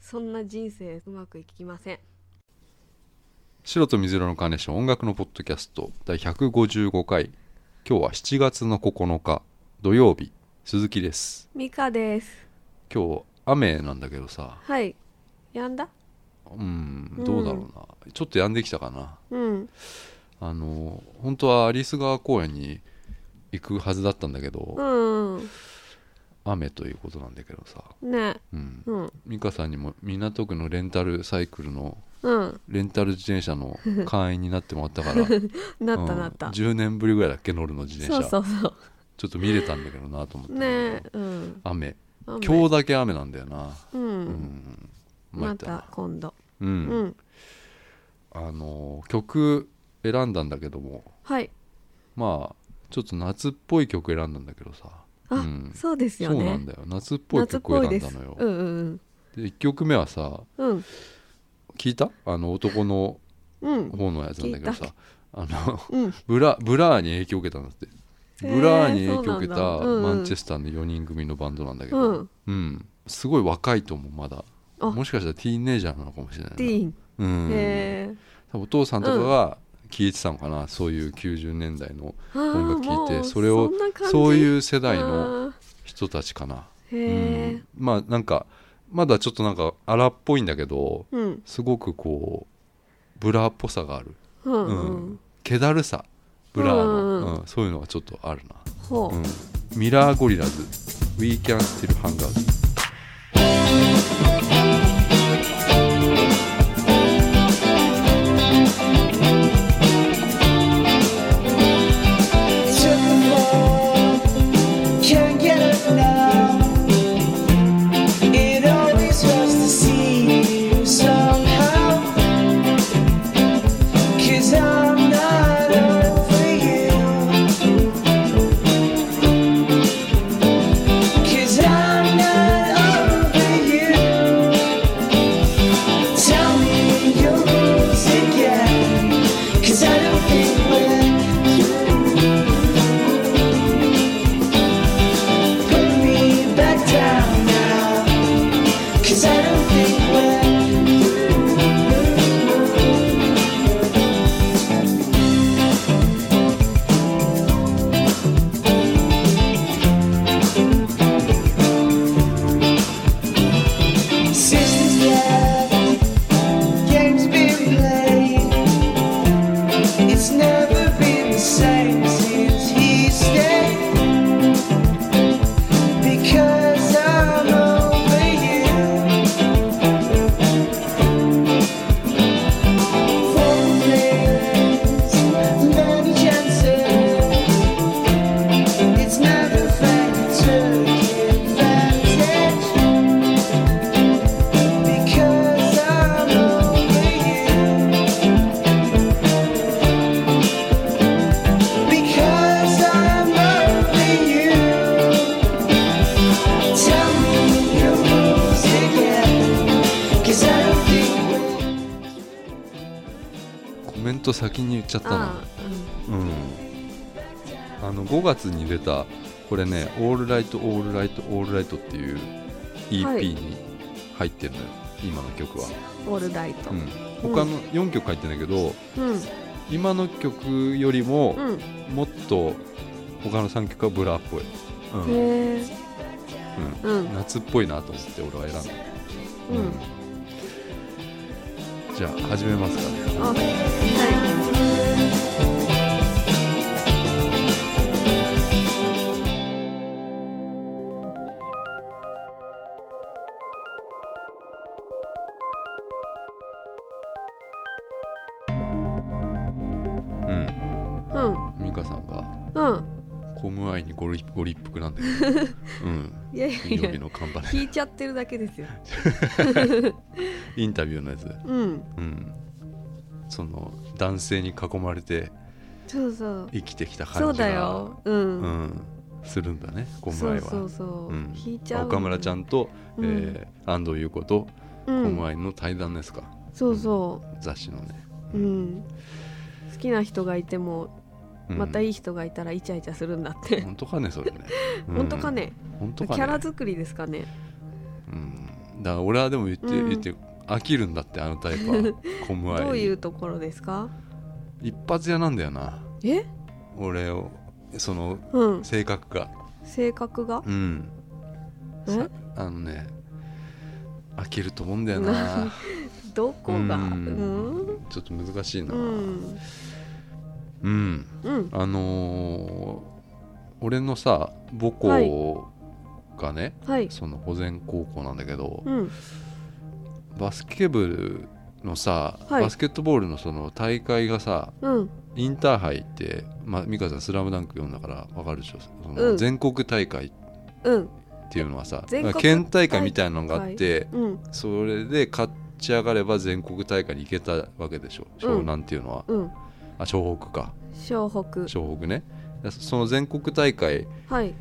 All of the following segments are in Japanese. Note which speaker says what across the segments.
Speaker 1: そんな人生うまくいきません
Speaker 2: 白と水色のカーネーション音楽のポッドキャスト第155回今日は7月の9日土曜日鈴木です
Speaker 1: ミカです
Speaker 2: 今日雨なんだけどさ
Speaker 1: はいやんだ
Speaker 2: うん
Speaker 1: うん
Speaker 2: どうだろうな、ちょっと止んできたかな
Speaker 1: うん
Speaker 2: あの本当はアリス川公園に行くはずだったんだけど、
Speaker 1: うん
Speaker 2: 雨ということなんだけどさ、
Speaker 1: ね
Speaker 2: うん、
Speaker 1: うん
Speaker 2: 美香さんにも港区のレンタルサイクルの
Speaker 1: うん
Speaker 2: レンタル自転車の会員になってもらったから
Speaker 1: なった
Speaker 2: うん
Speaker 1: なった、
Speaker 2: 10年ぶりぐらいだっけ乗るの自転
Speaker 1: そう
Speaker 2: 車
Speaker 1: そうそ
Speaker 2: ちょっと見れたんだけどなと思っ
Speaker 1: う
Speaker 2: て、
Speaker 1: ねうん
Speaker 2: 雨
Speaker 1: 今
Speaker 2: 今日だけ雨なんだよな
Speaker 1: う
Speaker 2: うんん参
Speaker 1: ま
Speaker 2: ったな
Speaker 1: た今度
Speaker 2: う、
Speaker 1: うんん
Speaker 2: あの曲選んだんだけども
Speaker 1: はい
Speaker 2: まあちょっと夏っぽい曲選んだんだけどさ
Speaker 1: あ
Speaker 2: うん
Speaker 1: そうですよ
Speaker 2: そうな
Speaker 1: ね
Speaker 2: んだよ夏っぽい
Speaker 1: 夏っ
Speaker 2: 曲を
Speaker 1: ぽい
Speaker 2: 選
Speaker 1: で
Speaker 2: んだ
Speaker 1: す
Speaker 2: のよ
Speaker 1: うんうん
Speaker 2: で1曲目はさ
Speaker 1: うん
Speaker 2: 聞いたあの男の
Speaker 1: うん
Speaker 2: 方のやつなんだけどさあの
Speaker 1: うん
Speaker 2: ブラブラーに影響を受けたんだって
Speaker 1: へー
Speaker 2: ブラーに影響を受けた
Speaker 1: そうなんだうんうん
Speaker 2: マンチェスターの4人組のバンドなんだけ
Speaker 1: う
Speaker 2: ど
Speaker 1: ん
Speaker 2: うんすごい若いと思うまだ
Speaker 1: あ
Speaker 2: もしかしたらティーンエイジャーなのかもしれない
Speaker 1: デ
Speaker 2: な
Speaker 1: ィーン
Speaker 2: うん
Speaker 1: へえ
Speaker 2: お父さんとかが聞いてたのかな、そういう90年代の
Speaker 1: あ
Speaker 2: 音楽聞い
Speaker 1: ーも
Speaker 2: て
Speaker 1: う
Speaker 2: それを
Speaker 1: んな感じ
Speaker 2: そういう世代の
Speaker 1: あ
Speaker 2: 人たちかな、
Speaker 1: ー
Speaker 2: う
Speaker 1: へえ
Speaker 2: ん、まあなんかまだちょっとなんか荒っぽいんだけど
Speaker 1: うん
Speaker 2: すごくこうブラーっぽさがある、
Speaker 1: うん
Speaker 2: う
Speaker 1: うん
Speaker 2: ん、気だるさブラーの、
Speaker 1: う
Speaker 2: うん
Speaker 1: うん
Speaker 2: んそういうのがちょっとあるな、
Speaker 1: ほ
Speaker 2: う、
Speaker 1: うん
Speaker 2: ミラーゴリラズ We Can Still Hang Out
Speaker 3: Tell me you're losing again, 'cause I don't think we're you. Put me back down now, 'cause I don't think we're sisters yet. Games being played, it's never been the same since he stayed. Because I'm over you. Four players, many chances. It's not a fact to advantage. Because I'm over you. Because I'm over you. Tell me your moves again, 'cause I don't think we're.
Speaker 2: コメント先に言っちゃったな
Speaker 1: あーうん
Speaker 2: うん、あの5月に出たこれね「オールライトオールライトオールライト」っていう
Speaker 1: はい
Speaker 2: EP に入ってるのよ、今の曲は、
Speaker 1: オールライト。
Speaker 2: うん、他の4曲入ってるんだけど、
Speaker 1: うん。
Speaker 2: 今の曲よりも
Speaker 1: うん。
Speaker 2: もっと他の3曲はブラっぽい、うん
Speaker 1: へえ。うん。
Speaker 2: 夏っぽいなと思って俺は選んだ、
Speaker 1: うん。
Speaker 2: うんじゃあ始めますかね
Speaker 1: あ、はい。う
Speaker 2: う
Speaker 1: ん
Speaker 2: 美香さんが。
Speaker 1: うん。
Speaker 2: コムアイにごりご立 腹なんだけど、うん、
Speaker 1: いやい
Speaker 2: 金曜
Speaker 1: やい
Speaker 2: 日
Speaker 1: や。
Speaker 2: のカンパネ
Speaker 1: 聞いちゃってるだけですよ。
Speaker 2: インタビューのやつ、
Speaker 1: うん。
Speaker 2: うん、その男性に囲まれて
Speaker 1: そうそう。
Speaker 2: 生きてきた
Speaker 1: そ
Speaker 2: 感
Speaker 1: う
Speaker 2: じ
Speaker 1: だ
Speaker 2: が
Speaker 1: よ。う。
Speaker 2: うんん、するんだね小
Speaker 1: そ
Speaker 2: 村
Speaker 1: う
Speaker 2: 井
Speaker 1: そう
Speaker 2: は。
Speaker 1: そうう。
Speaker 2: ん
Speaker 1: 聞いちゃう。
Speaker 2: 岡村ちゃんと、
Speaker 1: うん
Speaker 2: えー安藤優子と
Speaker 1: う
Speaker 2: 小
Speaker 1: ん。
Speaker 2: 村井の対談ですか、
Speaker 1: そうそ
Speaker 2: 雑誌のね、
Speaker 1: う。うん。好きな人がいても、
Speaker 2: うん
Speaker 1: またいい人がいたらイチャイチャするんだって。
Speaker 2: 本当かねそれね
Speaker 1: 本当かね。
Speaker 2: うん本当
Speaker 1: キ
Speaker 2: かね
Speaker 1: ャラ作りですかね。
Speaker 2: うんだから俺はでも言って、
Speaker 1: うん
Speaker 2: 言って飽きるんだってあのタイプ はコムアイ
Speaker 1: どういうところですか
Speaker 2: 一発屋なんだよな
Speaker 1: え
Speaker 2: 俺をその
Speaker 1: うん
Speaker 2: 性格が
Speaker 1: 性格が
Speaker 2: うん
Speaker 1: え
Speaker 2: あのね飽きると思う んだよな
Speaker 1: どこがう
Speaker 2: うん
Speaker 1: ん
Speaker 2: ちょっと難しいな
Speaker 1: う
Speaker 2: うん、
Speaker 1: んうん
Speaker 2: あのー俺のさ母校がね、
Speaker 1: はい
Speaker 2: その保全高校なんだけど、
Speaker 1: うん
Speaker 2: バスケ部のさ、
Speaker 1: はい
Speaker 2: バスケットボールのその大会がさ
Speaker 1: うん
Speaker 2: インターハイって、まあ、美香さん「スラムダンク読んだから分かるでしょその、
Speaker 1: うん
Speaker 2: 全国大会
Speaker 1: うん
Speaker 2: っていうのはさ
Speaker 1: 全国
Speaker 2: 県大会みたいなのがあって
Speaker 1: うん
Speaker 2: それで勝ち上がれば全国大会に行けたわけでしょ湘南っていうのは、
Speaker 1: うん
Speaker 2: あ湘北か
Speaker 1: 湘北
Speaker 2: 湘北ねだその全国大会
Speaker 1: はい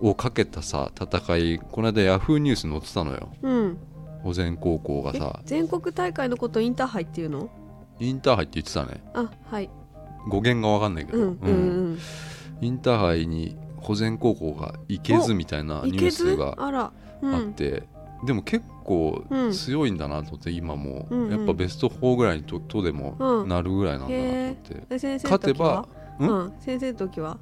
Speaker 2: をかけたさ戦いこの間ヤフーニュースに載ってたのよ
Speaker 1: うん
Speaker 2: 保全高校が
Speaker 1: え
Speaker 2: さ
Speaker 1: 全国大会のことインターハイっていうの
Speaker 2: インターハイって言ってたね
Speaker 1: あはい
Speaker 2: 語源が分かんないけど、
Speaker 1: うんうんうん
Speaker 2: インターハイに保全高校が行けずみたいなニ
Speaker 1: い
Speaker 2: ュー
Speaker 1: け
Speaker 2: ス
Speaker 1: ず
Speaker 2: が
Speaker 1: あらう
Speaker 2: あっ
Speaker 1: ん
Speaker 2: て、でも結構
Speaker 1: うん
Speaker 2: 強いんだなと思って今もう、
Speaker 1: うんうん
Speaker 2: やっぱベスト4ぐらいにととでも
Speaker 1: うん
Speaker 2: なるぐらいなんだなと思って、
Speaker 1: え先生の
Speaker 2: 勝て
Speaker 1: 時は
Speaker 2: ばん
Speaker 1: うん先生の時は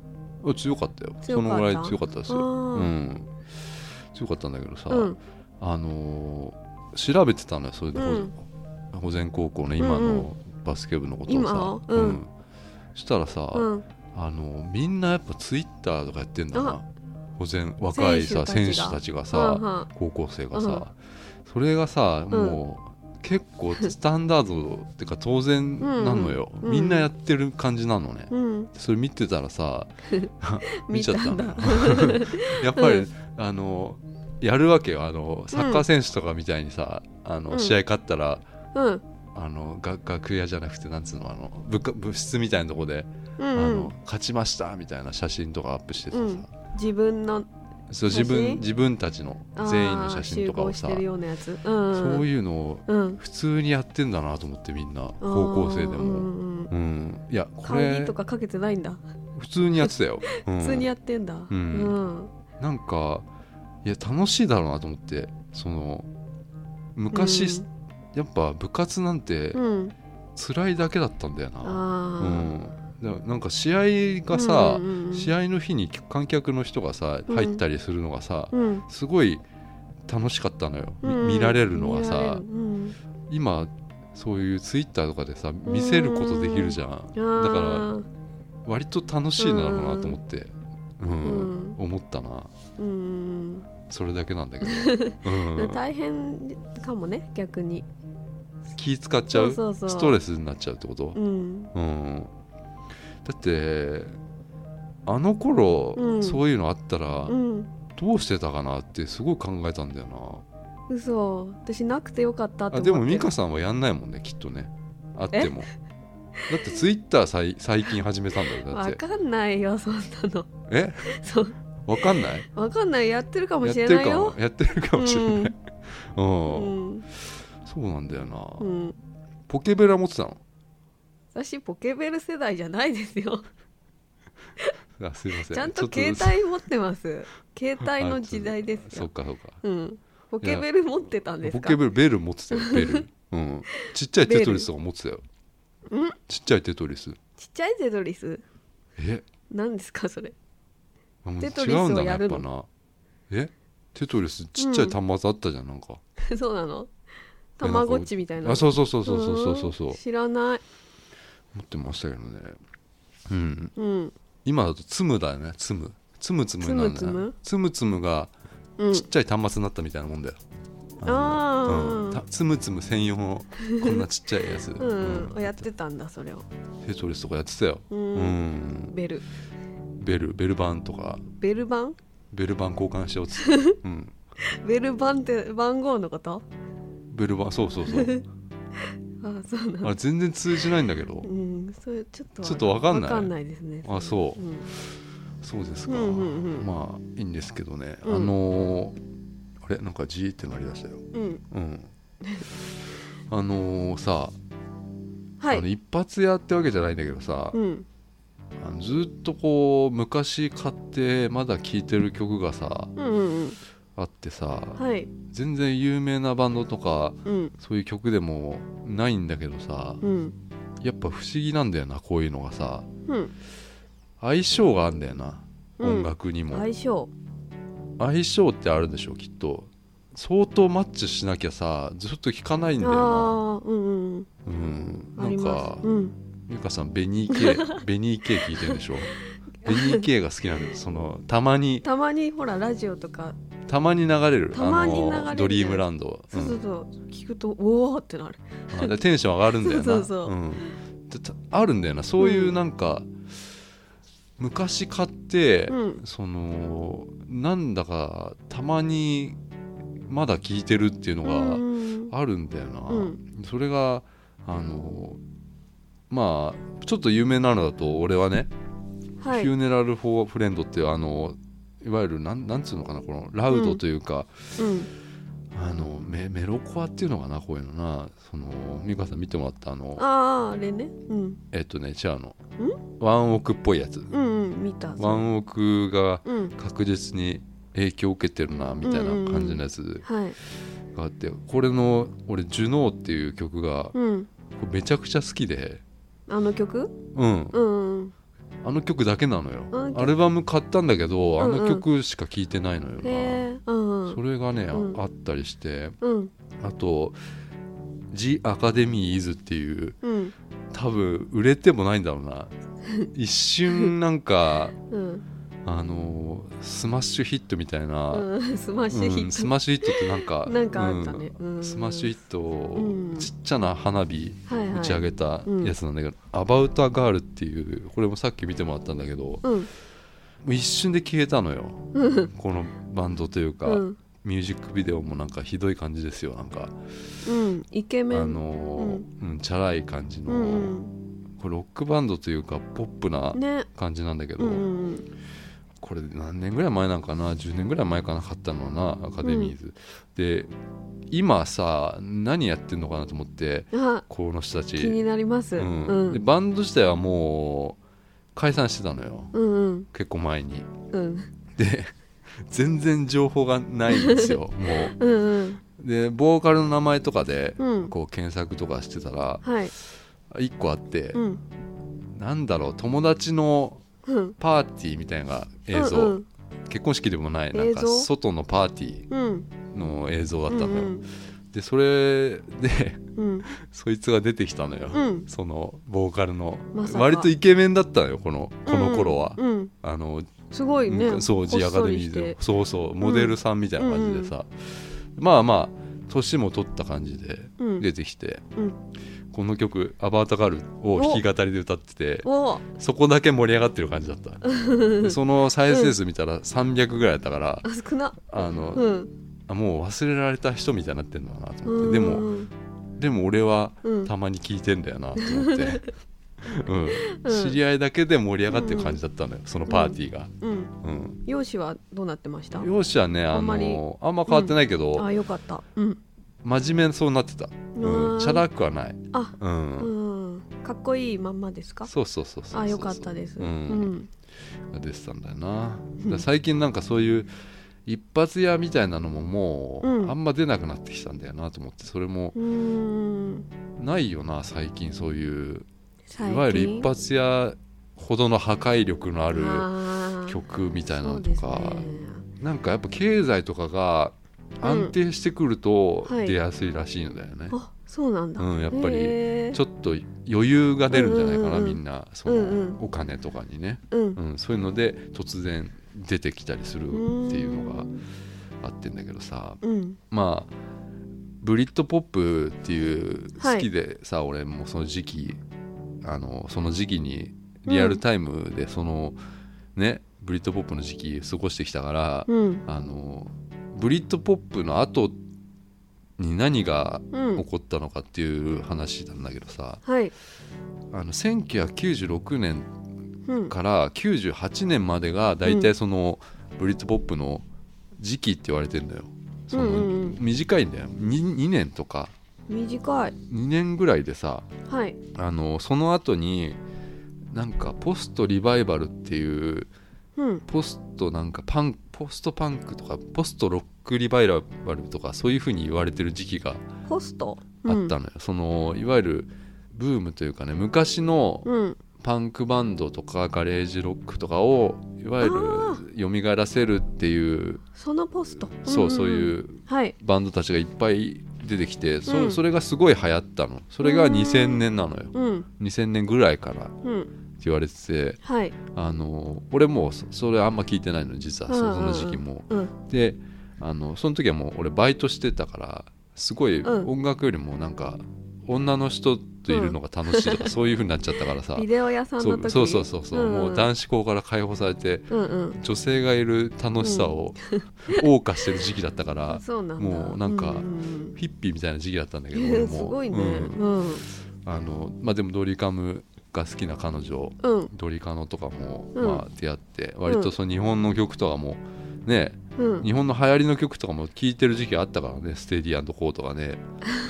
Speaker 2: あ強かったよ
Speaker 1: 強
Speaker 2: そ
Speaker 1: かっ
Speaker 2: の
Speaker 1: た
Speaker 2: ぐらい強かったです
Speaker 1: あ
Speaker 2: よ、
Speaker 1: ー
Speaker 2: うん、強かったんだけどさ、
Speaker 1: うん
Speaker 2: あのー調べてたのよそれで保,、
Speaker 1: うん
Speaker 2: 保全高校の今
Speaker 1: うんう
Speaker 2: のバスケ部のことを
Speaker 1: 今
Speaker 2: さ
Speaker 1: を、うん
Speaker 2: そしたらさ、
Speaker 1: うん
Speaker 2: あのみんなやっぱツイッターとかやってんだな
Speaker 1: あ
Speaker 2: 保全若いさ
Speaker 1: 選
Speaker 2: 選手
Speaker 1: 手
Speaker 2: た
Speaker 1: た
Speaker 2: ちがさ、
Speaker 1: はんはん
Speaker 2: 高校生がさ、それがさもう、結構スタンダードってか当然なのよ、
Speaker 1: うんうん
Speaker 2: みんなやってる感じなのね、
Speaker 1: うん
Speaker 2: それ見てたらさ見ちゃったの
Speaker 1: 見たんだ
Speaker 2: やっぱり、
Speaker 1: うん
Speaker 2: あのやるわけよあのサッカー選手とかみたいにさ、あの
Speaker 1: うん
Speaker 2: 試合勝ったら、
Speaker 1: うん
Speaker 2: あのが楽屋じゃなくてなんつうのあの部下部室みたいなとこで
Speaker 1: う
Speaker 2: あ
Speaker 1: んう
Speaker 2: の
Speaker 1: ん
Speaker 2: 勝ちましたみたいな写真とかアップしててさ、
Speaker 1: うん自分の
Speaker 2: そう
Speaker 1: 写
Speaker 2: 自
Speaker 1: 真
Speaker 2: 分自分たちの全員の写真とかをさ
Speaker 1: あー集合してるようなやつ、うん、
Speaker 2: そう
Speaker 1: いう、
Speaker 2: いうのを
Speaker 1: うん、
Speaker 2: 普通にやってんだなと思ってみんな高校生で
Speaker 1: あーうんう
Speaker 2: も、
Speaker 1: んうん
Speaker 2: うん、いやこ
Speaker 1: 鍵
Speaker 2: れ
Speaker 1: とかかけてないんだ、
Speaker 2: 普通にやってたよ、うん
Speaker 1: 普通にやってんだ
Speaker 2: う
Speaker 1: うんん、
Speaker 2: なんかいや楽しいだろうなと思ってその昔、やっぱ部活なんて
Speaker 1: うんうん、
Speaker 2: 辛いだけだったんだよな、うん
Speaker 1: あ
Speaker 2: だからなんか試合
Speaker 1: あ
Speaker 2: がさ、試
Speaker 1: 試合
Speaker 2: 合の日に観客の人がさ
Speaker 1: うん
Speaker 2: 入ったりするのがさ、
Speaker 1: うん
Speaker 2: すごい楽しかったのよ、み
Speaker 1: うん
Speaker 2: 見られるのが
Speaker 1: 見られる
Speaker 2: さ
Speaker 1: うん
Speaker 2: 今そういうツイッターとかでさ見せることできるじゃん、
Speaker 1: あー
Speaker 2: だから割と楽しいだろうなと思って、うん
Speaker 1: うん
Speaker 2: 思ったな
Speaker 1: うん、
Speaker 2: それだけなんだけ ど、うん、
Speaker 1: 大変かもね逆に
Speaker 2: 気使っちゃう
Speaker 1: そうそうそう
Speaker 2: ストレスになっちゃうってこと
Speaker 1: う、ん
Speaker 2: うん、だってあの頃、
Speaker 1: うん
Speaker 2: そういうのあったら
Speaker 1: うん
Speaker 2: どうしてたかなってすごい考えたんだよな
Speaker 1: 嘘私なくてよかったって思
Speaker 2: あ
Speaker 1: って
Speaker 2: で
Speaker 1: る
Speaker 2: も美香さんはやんないもんねきっとねあってもだってツイッターさい最近始めたんだよだっ
Speaker 1: わ
Speaker 2: て
Speaker 1: かんないよ そんなの
Speaker 2: え
Speaker 1: そう
Speaker 2: わかんない
Speaker 1: わかんないやってるかも
Speaker 2: やっ
Speaker 1: してれ
Speaker 2: る
Speaker 1: ない
Speaker 2: かも
Speaker 1: よ
Speaker 2: やってるかもしれない、う
Speaker 1: うんん
Speaker 2: そうなんだよな、
Speaker 1: うん
Speaker 2: ポケベラ持ってたの
Speaker 1: 私ポケベル世代じゃないですよ
Speaker 2: あすいません
Speaker 1: ちゃん
Speaker 2: ょ
Speaker 1: と
Speaker 2: っ
Speaker 1: 携帯持ってます 携帯の時代です
Speaker 2: そっ
Speaker 1: よ、
Speaker 2: かそっか
Speaker 1: うん、ポケベル持ってたんです
Speaker 2: ポ
Speaker 1: か
Speaker 2: ケベルベル 持ってたよベル、うん、ちっちゃいテトリスとか持ってたよ
Speaker 1: ん
Speaker 2: ちっちゃいテトリ
Speaker 1: ち
Speaker 2: ス
Speaker 1: っちゃいテトリス
Speaker 2: え
Speaker 1: 何ですかそれ
Speaker 2: あもう
Speaker 1: テトリスを
Speaker 2: 違うんだな
Speaker 1: や
Speaker 2: やっ
Speaker 1: る
Speaker 2: ぱ
Speaker 1: の
Speaker 2: なえテトリスちっちゃい端末あったじゃん、なんか
Speaker 1: そうなのたまごっちみたいな
Speaker 2: あそうそうそうそうそうそうそうそう
Speaker 1: うん知らない
Speaker 2: 持ってましたけどねうん
Speaker 1: うん
Speaker 2: 今だとツムだよねツムツムツムになるんだよねツムツムが
Speaker 1: うん
Speaker 2: ちっちゃい端末になったみたいなもんだよ
Speaker 1: あー
Speaker 2: うんたつむつむ専用のこんなちっちゃいやつ、
Speaker 1: うん、
Speaker 2: うん
Speaker 1: やってたんだそれを
Speaker 2: テトリスとかやってたよ、
Speaker 1: う、
Speaker 2: うんん、
Speaker 1: ベル
Speaker 2: ベルベル版とか
Speaker 1: ベル番
Speaker 2: ベル版交換しようっつって うん、
Speaker 1: ベル番って番号のこと
Speaker 2: ベル版そうそうそう
Speaker 1: あーそうなの
Speaker 2: あれ全然通じないんだけど
Speaker 1: うんそれちょっと
Speaker 2: ちょっとわかんない
Speaker 1: わかんないですね
Speaker 2: あそう
Speaker 1: うん
Speaker 2: そうですか、
Speaker 1: うんうんうん
Speaker 2: まあいいんですけどね、
Speaker 1: うん
Speaker 2: あのーあれなんかジーってなりだしたよ
Speaker 1: うん、
Speaker 2: うん あのーさ、
Speaker 1: は
Speaker 2: あの
Speaker 1: い
Speaker 2: 一発屋ってわけじゃないんだけどさ、
Speaker 1: うん
Speaker 2: あのずっとこう昔買ってまだ聴いてる曲がさ
Speaker 1: うんうんうん
Speaker 2: あってさ、
Speaker 1: はい
Speaker 2: 全然有名なバンドとか
Speaker 1: うん
Speaker 2: そういう曲でもないんだけどさ
Speaker 1: うん
Speaker 2: やっぱ不思議なんだよなこういうのがさ
Speaker 1: うん
Speaker 2: 相性があるんだよな、
Speaker 1: うん
Speaker 2: 音楽にも
Speaker 1: 相性
Speaker 2: 相性ってあるでしょきっと相当マッチしなきゃさずっと聴かないんだよな
Speaker 1: ああーうんうん
Speaker 2: うん
Speaker 1: うんあ
Speaker 2: な
Speaker 1: り
Speaker 2: ん
Speaker 1: ま
Speaker 2: か
Speaker 1: すうん
Speaker 2: 美香さんベ ニー系ベニー系聴いてるでしょベニー系が好きなんですそのたまに
Speaker 1: たまにほらラジオとか
Speaker 2: たまに流れる
Speaker 1: たまに流れる
Speaker 2: あのドリームランド、
Speaker 1: そうそうそう聞くとおおってなる
Speaker 2: うんあでテンション上がるんだよ な
Speaker 1: そうそうそうん
Speaker 2: でたあるんだよなそういうなんか、昔買って、
Speaker 1: うん
Speaker 2: そのなんだかたまにまだ聞いてるっていうの
Speaker 1: うん
Speaker 2: が
Speaker 1: うん
Speaker 2: あるんだよな、
Speaker 1: うん
Speaker 2: それがあのまあちょっと有名なのだと俺はね
Speaker 1: はい
Speaker 2: フューネラル・フォー・フレンドっていうあのいわゆるなんなんつうのかなこのラウドというか、
Speaker 1: うん
Speaker 2: あのメメロコアっていうのかなこういうのなその美香さん見てもらったあの
Speaker 1: あああれねうん
Speaker 2: えっとね違うのワンオクっぽいやつ、
Speaker 1: うんうん見た
Speaker 2: ワンオクが
Speaker 1: うん
Speaker 2: 確実に影響を受けてるなみたいな感じのやつ
Speaker 1: はい
Speaker 2: があってこれの俺「ジュノー」っていう曲が
Speaker 1: うん
Speaker 2: これめちゃくちゃ好きで
Speaker 1: あの曲
Speaker 2: うん
Speaker 1: うんうん
Speaker 2: あの曲だけなの
Speaker 1: あの
Speaker 2: よ
Speaker 1: 曲
Speaker 2: アルバム買ったんだけどあ
Speaker 1: うんう
Speaker 2: の
Speaker 1: ん
Speaker 2: 曲しか聴いてないのよ
Speaker 1: へ
Speaker 2: な
Speaker 1: えうんう
Speaker 2: そ
Speaker 1: ん
Speaker 2: れがね
Speaker 1: うん
Speaker 2: ああったりして
Speaker 1: うん
Speaker 2: あと「ジ・アカデミー・イズ」っていう
Speaker 1: うん
Speaker 2: 多分売れてもないんだろう な一瞬なんか
Speaker 1: うん
Speaker 2: あのースマッシュヒットみたいな、
Speaker 1: うん スマッシュヒ
Speaker 2: うん
Speaker 1: ッ
Speaker 2: ス
Speaker 1: ト
Speaker 2: マッシュヒットってなんか
Speaker 1: なんかあったね
Speaker 2: うん
Speaker 1: うん
Speaker 2: スマッシュヒット
Speaker 1: う
Speaker 2: を
Speaker 1: ん
Speaker 2: ちっちゃな花火
Speaker 1: はいはい
Speaker 2: 打ち上げたやつなんだけど「アバウターガール」っていうこれもさっき見てもらったんだけども
Speaker 1: うん
Speaker 2: う一瞬で消えたのよこのバンドというか、
Speaker 1: うん
Speaker 2: ミュージックビデオもなんかひどい感じですよなんか
Speaker 1: うんイケ
Speaker 2: あ
Speaker 1: メン
Speaker 2: のーうんチャラい感じの、
Speaker 1: うん
Speaker 2: これロックバンドというかポップな
Speaker 1: うんね
Speaker 2: 感じなんだけど、
Speaker 1: うんうん
Speaker 2: これ何年ぐらい前なんかな10年ぐらい前かな買ったのはなアカデミーズ、で今さ何やってんのかなと思って
Speaker 1: うんあ
Speaker 2: この人たち
Speaker 1: 気になります
Speaker 2: う
Speaker 1: うんん
Speaker 2: でバンド自体はもう解散してたのよ
Speaker 1: うんうん
Speaker 2: 結構前に
Speaker 1: うん
Speaker 2: で全然情報がない んですよも
Speaker 1: うんうん
Speaker 2: うでボーカルの名前とかで、
Speaker 1: うん
Speaker 2: こう検索とかしてたら
Speaker 1: はい
Speaker 2: 1個あって、
Speaker 1: うん
Speaker 2: なんだろう友達の
Speaker 1: うん
Speaker 2: パーティーみたいな映像、
Speaker 1: うん
Speaker 2: 結婚式でもないなん
Speaker 1: 映
Speaker 2: か
Speaker 1: 像
Speaker 2: 外のパーティー
Speaker 1: うん
Speaker 2: の映像だったのよ、
Speaker 1: うん
Speaker 2: でそれで
Speaker 1: うん
Speaker 2: そいつが出てきたのよ、
Speaker 1: うん
Speaker 2: そのボーカルの、
Speaker 1: まさか
Speaker 2: 割とイケメンだったのよこのこの頃は、
Speaker 1: うんうん
Speaker 2: あの
Speaker 1: すごいね
Speaker 2: そうジアカデミー
Speaker 1: で
Speaker 2: でそうそうモデルさんみたいな感じでさ、まあまあ年も取った感じで
Speaker 1: うん
Speaker 2: 出てきて、
Speaker 1: うん
Speaker 2: この曲「アバタガル」を弾き語りで歌ってて
Speaker 1: お
Speaker 2: そこだけ盛り上がってる感じだった でその再生数見たら300ぐらいだったから、
Speaker 1: あ少な
Speaker 2: あの、
Speaker 1: うん
Speaker 2: あもう忘れられた人みたいになってんだなと思っ
Speaker 1: う
Speaker 2: て
Speaker 1: ん
Speaker 2: でもでも俺は
Speaker 1: うん
Speaker 2: たまに聞いてんだよなと 思って、うん
Speaker 1: うん
Speaker 2: 知り合いだけで盛り上がってる感じだったのよそのパーティーが、
Speaker 1: うん
Speaker 2: うん
Speaker 1: 容姿はどうなってました
Speaker 2: 容姿はねあのあ
Speaker 1: あ
Speaker 2: ん
Speaker 1: ん
Speaker 2: ま
Speaker 1: まり
Speaker 2: 変わってないけど、
Speaker 1: あよかったうん
Speaker 2: 真面目そうになってた、うん
Speaker 1: あー
Speaker 2: チャラくはない、
Speaker 1: あ
Speaker 2: うん
Speaker 1: うんかっこいいまんまですか
Speaker 2: そうそうそうそうそう
Speaker 1: あよかったです
Speaker 2: う
Speaker 1: うんん
Speaker 2: 出てたんだよな、
Speaker 1: うん
Speaker 2: だ最近なんかそういう一発屋みたいなのももう、
Speaker 1: うん
Speaker 2: あんま出なくなってきたんだよなと思ってそれも
Speaker 1: うーん
Speaker 2: ないよな最近そういう
Speaker 1: 最近
Speaker 2: いわゆる一発屋ほどの破壊力のある
Speaker 1: あー
Speaker 2: 曲みたい
Speaker 1: そ
Speaker 2: なの
Speaker 1: う
Speaker 2: と
Speaker 1: です
Speaker 2: か、
Speaker 1: ね
Speaker 2: なんかやっぱ経済とかが安定してくると
Speaker 1: うんはい
Speaker 2: 出やすいらしいんだよね、
Speaker 1: あそうなんだ
Speaker 2: うんやっぱり
Speaker 1: へー
Speaker 2: ちょっと余裕が出るんじゃないかな、
Speaker 1: うんうんう
Speaker 2: み
Speaker 1: ん
Speaker 2: んなそ
Speaker 1: うん
Speaker 2: のお金とかにね、
Speaker 1: うん
Speaker 2: うん、そういうので突然出てきたりするっていうのがあってんだけどさ
Speaker 1: うん
Speaker 2: まあブリッドポップっていう
Speaker 1: はい
Speaker 2: 好きでさ、俺もうその時期あのその時期にリアルタイムでその、ねブリッドポップの時期過ごしてきたから、
Speaker 1: うん
Speaker 2: あのブリッドポップの後に何が
Speaker 1: うん
Speaker 2: 起こったのかっていう話なんだけどさ
Speaker 1: はい
Speaker 2: あの1996年
Speaker 1: うん
Speaker 2: から98年までが大体その、ブリッドポップの時期って言われてんだよ。その
Speaker 1: うんうんうん
Speaker 2: 短いんだよ 2, 2年とか
Speaker 1: 短い
Speaker 2: 2年ぐらいでさ
Speaker 1: はい
Speaker 2: あのその後になんかポストリバイバルっていう
Speaker 1: うん
Speaker 2: ポストなんかパンポストパンクとかポストロックリバイラルとかそういうふうに言われてる時期があっ
Speaker 1: ホスト
Speaker 2: たのよ、そのいわゆるブームというかね昔の
Speaker 1: うん、うん、
Speaker 2: パンクバンドとかガレージロックとかをいわゆ
Speaker 1: あ
Speaker 2: る蘇らせるっていう
Speaker 1: そのポスト
Speaker 2: そうそう
Speaker 1: う
Speaker 2: い
Speaker 1: ん
Speaker 2: う
Speaker 1: はい
Speaker 2: バンドたちがいっぱい出てきてそ,、
Speaker 1: うん
Speaker 2: それがすごい流行ったのそれが
Speaker 1: うん
Speaker 2: 2000年なのよ
Speaker 1: うん
Speaker 2: 2000年ぐらいからって
Speaker 1: うん
Speaker 2: 言われてて
Speaker 1: はい
Speaker 2: あの俺もうそそれあんま聞いてないの実はそ
Speaker 1: うんうんうん
Speaker 2: その時期も
Speaker 1: うん
Speaker 2: であのその時はもう俺バイトしてたからすごい
Speaker 1: うん
Speaker 2: 音楽よりもなんか女の人といるのが楽しいと か、そういう風になっちゃったからさ
Speaker 1: ビデオ屋さん
Speaker 2: そ
Speaker 1: の時
Speaker 2: うそうそうそうそう、
Speaker 1: んん
Speaker 2: もう男子校から解放されて
Speaker 1: うんうん
Speaker 2: 女性がいる楽しさを謳歌してる時期だったから
Speaker 1: そうなんだ
Speaker 2: もうなんか
Speaker 1: ううん
Speaker 2: ヒッピーみたいな時期だったんだけ
Speaker 1: うん
Speaker 2: ど俺 も
Speaker 1: すごいね
Speaker 2: うん
Speaker 1: うん
Speaker 2: あのまあ、でもドリカムが好きな彼女
Speaker 1: うん
Speaker 2: ドリカノとかも、
Speaker 1: うん
Speaker 2: まあ、出会って割とその日本の曲とかもね
Speaker 1: うん
Speaker 2: 日本の流行りの曲とかも聴いてる時期あったからねステディアンドコーと かね、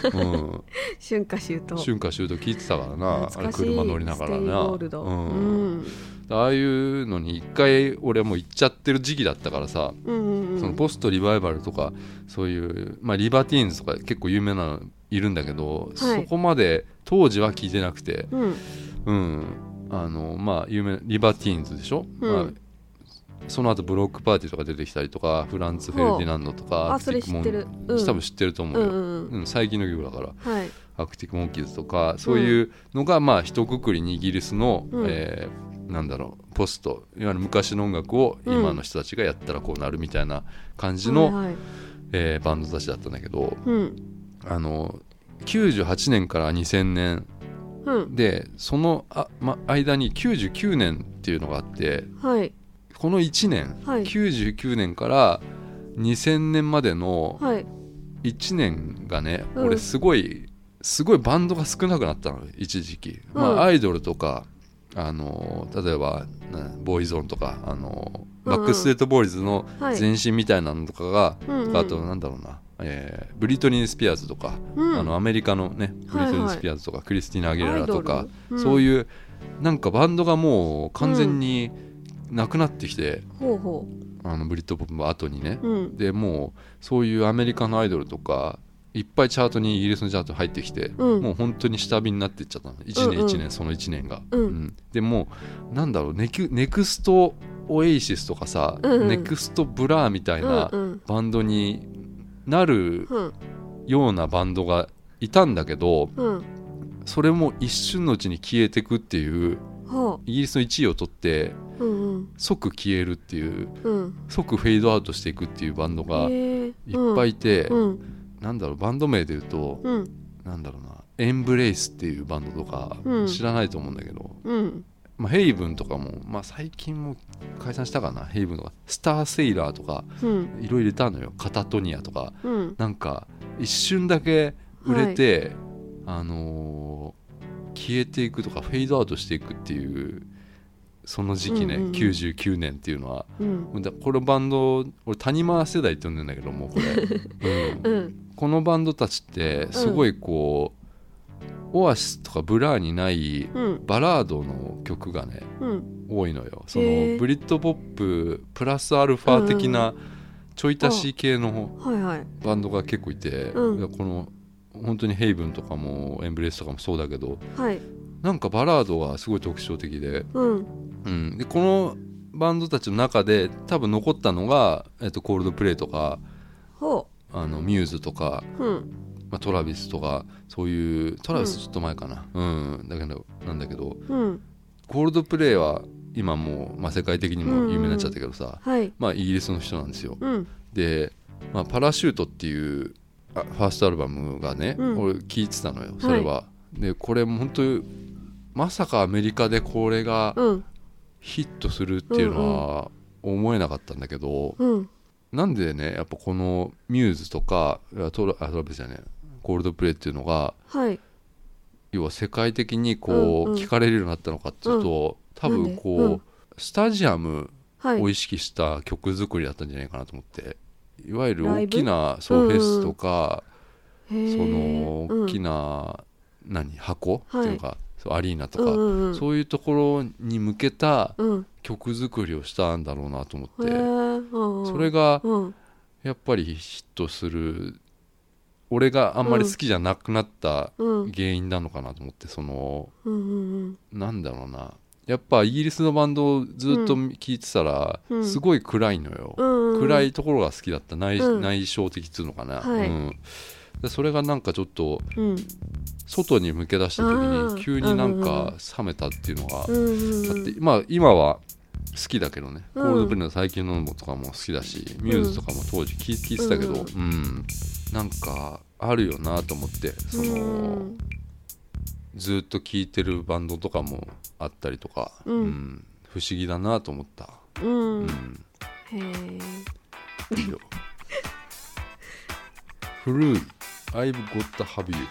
Speaker 2: うん、
Speaker 1: 春夏秋冬
Speaker 2: 春夏秋冬聴いてたからなあ
Speaker 1: 懐
Speaker 2: れ
Speaker 1: かしい
Speaker 2: 車乗りながら
Speaker 1: ステイ
Speaker 2: な、
Speaker 1: ゴールド
Speaker 2: うんああいうのに一回俺はもう行っちゃってる時期だったからさ、
Speaker 1: うんうんうん
Speaker 2: そのポストリバイバルとかそういう、まあ、リバティーンズとか結構有名なのいるんだけど、
Speaker 1: はい
Speaker 2: そこまで当時は聞いてなくて、
Speaker 1: うん
Speaker 2: うんあのまあ有名なリバティーンズでしょ、
Speaker 1: うん
Speaker 2: まあその後ブロックパーティーとか出てきたりとかフランツ・フェルディナンドとか
Speaker 1: あ
Speaker 2: アクテ
Speaker 1: それ知っ
Speaker 2: ィックモン
Speaker 1: てるうん
Speaker 2: 多分知ってると思
Speaker 1: う
Speaker 2: うんよ、
Speaker 1: うんうん
Speaker 2: うん最近の曲だから
Speaker 1: はい
Speaker 2: アクティック・モンキーズとかそういうのがまあ一括りにイギリスの、
Speaker 1: うん
Speaker 2: えーなんだろうポストいわゆる昔の音楽を今の人たちがやったらこうなるみたいな感じの、
Speaker 1: はいはい
Speaker 2: えーバンドたちだったんだけど
Speaker 1: うん
Speaker 2: あの98年から2000年
Speaker 1: うん
Speaker 2: でそのあ、ま、間に99年っていうのがあって
Speaker 1: はい
Speaker 2: この1年、
Speaker 1: はい
Speaker 2: 99年から2000年までの
Speaker 1: はい
Speaker 2: 1年がね、
Speaker 1: うん
Speaker 2: 俺すごいすごいバンドが少なくなったの一時期、
Speaker 1: うん
Speaker 2: まあ、アイドルとかあの例えばなボーイゾーンとかあの
Speaker 1: うんうん
Speaker 2: バックストレートボーイズの
Speaker 1: はい
Speaker 2: 前身みたいなのとかが、
Speaker 1: うんうん
Speaker 2: あとなんだろうな、えーブリトニー・スピアーズとか、
Speaker 1: うん
Speaker 2: あのアメリカのねブリト
Speaker 1: はい
Speaker 2: ニー・
Speaker 1: はい
Speaker 2: スピアーズとか、クリスティーナ・アギレラと
Speaker 1: アイ
Speaker 2: か
Speaker 1: ド、ルうん
Speaker 2: そういうなんかバンドがもう完全になくなってきて、
Speaker 1: ほうほ
Speaker 2: あのブリッド・ポップの後にね、
Speaker 1: ううん
Speaker 2: でもうそういうアメリカのアイドルとかいっぱいチャートにイギリスのチャート入ってきて、
Speaker 1: うん
Speaker 2: もう本当に下火になっていっちゃったの1年
Speaker 1: うんうん
Speaker 2: 1年その1年が、
Speaker 1: うん
Speaker 2: でもうなんだろうネキュネクスト・オエイシスとかさ、
Speaker 1: うんうん
Speaker 2: ネクスト・ブラーみたいな
Speaker 1: うんうん
Speaker 2: バンドになる
Speaker 1: うん
Speaker 2: ようなバンドがいたんだけど
Speaker 1: うん
Speaker 2: それも一瞬のうちに消えてくっていう
Speaker 1: ほ
Speaker 2: イギリスの1位を取って
Speaker 1: ううん
Speaker 2: 即消えるっていう
Speaker 1: うんうん
Speaker 2: 即フェードアウトしていくっていうバンドがいっ
Speaker 1: へえ
Speaker 2: ぱい
Speaker 1: い
Speaker 2: いて、
Speaker 1: うん
Speaker 2: なんだろうバンド名で言うと、
Speaker 1: うん
Speaker 2: なんだろうなエンブレイスっていうバンドとか
Speaker 1: うん
Speaker 2: 知らないと思うんだけど、
Speaker 1: うん
Speaker 2: まあ、ヘイブンとかも、まあ、最近も解散したかなヘイブンとかスターセイラーとか
Speaker 1: うん
Speaker 2: いろいろいたのよカタトニアとか
Speaker 1: うん
Speaker 2: なんか一瞬だけ売れて、あのー消えていくとかフェードアウトしていくっていうその時期ね、
Speaker 1: うんうんうん
Speaker 2: 99年っていうのは
Speaker 1: うん
Speaker 2: だこのバンド俺谷間世代って呼んでんだけどもうこ れ、うん
Speaker 1: うん
Speaker 2: このバンドたちってすごいこう、オアシスとかブラーにない
Speaker 1: うん
Speaker 2: バラードの曲がね
Speaker 1: うん
Speaker 2: 多いのよそ
Speaker 1: へ
Speaker 2: の
Speaker 1: ー
Speaker 2: ブリッドポッププラスアルファ的なちょい足し系の
Speaker 1: はいはい
Speaker 2: バンドが結構いて、
Speaker 1: う
Speaker 2: この本当にヘイブンとかもエンブレスとかもそうだけど
Speaker 1: はい
Speaker 2: なんかバラードがすごい特徴的で,、
Speaker 1: うん
Speaker 2: うん、でこのバンドたちの中で多分残ったのが、えっと、コールドプレイとか
Speaker 1: ほ
Speaker 2: あのミューズとか
Speaker 1: ううん
Speaker 2: まあ、トラビスとかそういうトラビスちょっと前かな、うんだけどなんだけど
Speaker 1: うん
Speaker 2: コールドプレイは今もう、まあ、世界的にも有名になっちゃったけどさ、
Speaker 1: はい
Speaker 2: まあ、イギリスの人なんですよ
Speaker 1: うん
Speaker 2: で、まあ、パラシュートっていうあファーストアルバムがね、
Speaker 1: うん
Speaker 2: 俺聞いてたのよそれは、でこれも本当にまさかアメリカでこれが
Speaker 1: うん
Speaker 2: ヒットするっていうのは思えなかったんだけど、
Speaker 1: うん
Speaker 2: なんでねやっぱこのミューズとかいやトラあトラビスじゃねえコールドプレイっていうのが
Speaker 1: はい
Speaker 2: 要は世界的にこう
Speaker 1: うんうん
Speaker 2: 聞かれるようになったのかっていうと、多
Speaker 1: なん
Speaker 2: 分
Speaker 1: で
Speaker 2: こう、
Speaker 1: うん
Speaker 2: スタジアム
Speaker 1: はい
Speaker 2: を意識した曲作りだったんじゃないかなと思っていわゆる
Speaker 1: ライ
Speaker 2: 大
Speaker 1: ブ
Speaker 2: きなそう
Speaker 1: うん
Speaker 2: フ
Speaker 1: うん
Speaker 2: ェスとか、
Speaker 1: そ
Speaker 2: その大き
Speaker 1: な
Speaker 2: な、何箱って
Speaker 1: はい
Speaker 2: いうのか、そうアリーナとか、
Speaker 1: うんうんうん
Speaker 2: そういうところに向けた
Speaker 1: うん
Speaker 2: 曲作りをしたんだろうなと思
Speaker 1: へえ
Speaker 2: って
Speaker 1: うんうん
Speaker 2: それが
Speaker 1: うん
Speaker 2: やっぱりヒットする俺があんまり好きじゃなくなった
Speaker 1: うん
Speaker 2: 原因なのかなと思ってその
Speaker 1: うんうん
Speaker 2: なんだろうなやっぱイギリスのバンドをずっと
Speaker 1: うん
Speaker 2: 聴いてたら
Speaker 1: うん
Speaker 2: すごい暗いのよ、
Speaker 1: うんうん
Speaker 2: 暗いところが好きだった内,、
Speaker 1: うん
Speaker 2: 内省的っつうのかな、
Speaker 1: はい
Speaker 2: うんでそれがなんかちょっと
Speaker 1: うん
Speaker 2: 外に向け出した
Speaker 1: あ
Speaker 2: 時
Speaker 1: ー
Speaker 2: に急になん
Speaker 1: うんうん
Speaker 2: か冷めたっていうのがあ
Speaker 1: うんうんうん
Speaker 2: って、まあ、今は好きだけどね、
Speaker 1: うん
Speaker 2: コールドプレイの最近のもとかも好きだしミューズとかも当時聞い聞いてたけど、うんなんかあるよなと思ってその、
Speaker 1: うん
Speaker 2: ずっと聴いてるバンドとかもあったりとか、
Speaker 1: うん
Speaker 2: うん不思議だなと思 った。
Speaker 1: うん
Speaker 2: うん
Speaker 1: へえ
Speaker 2: いいよ。古い。I've got a have you.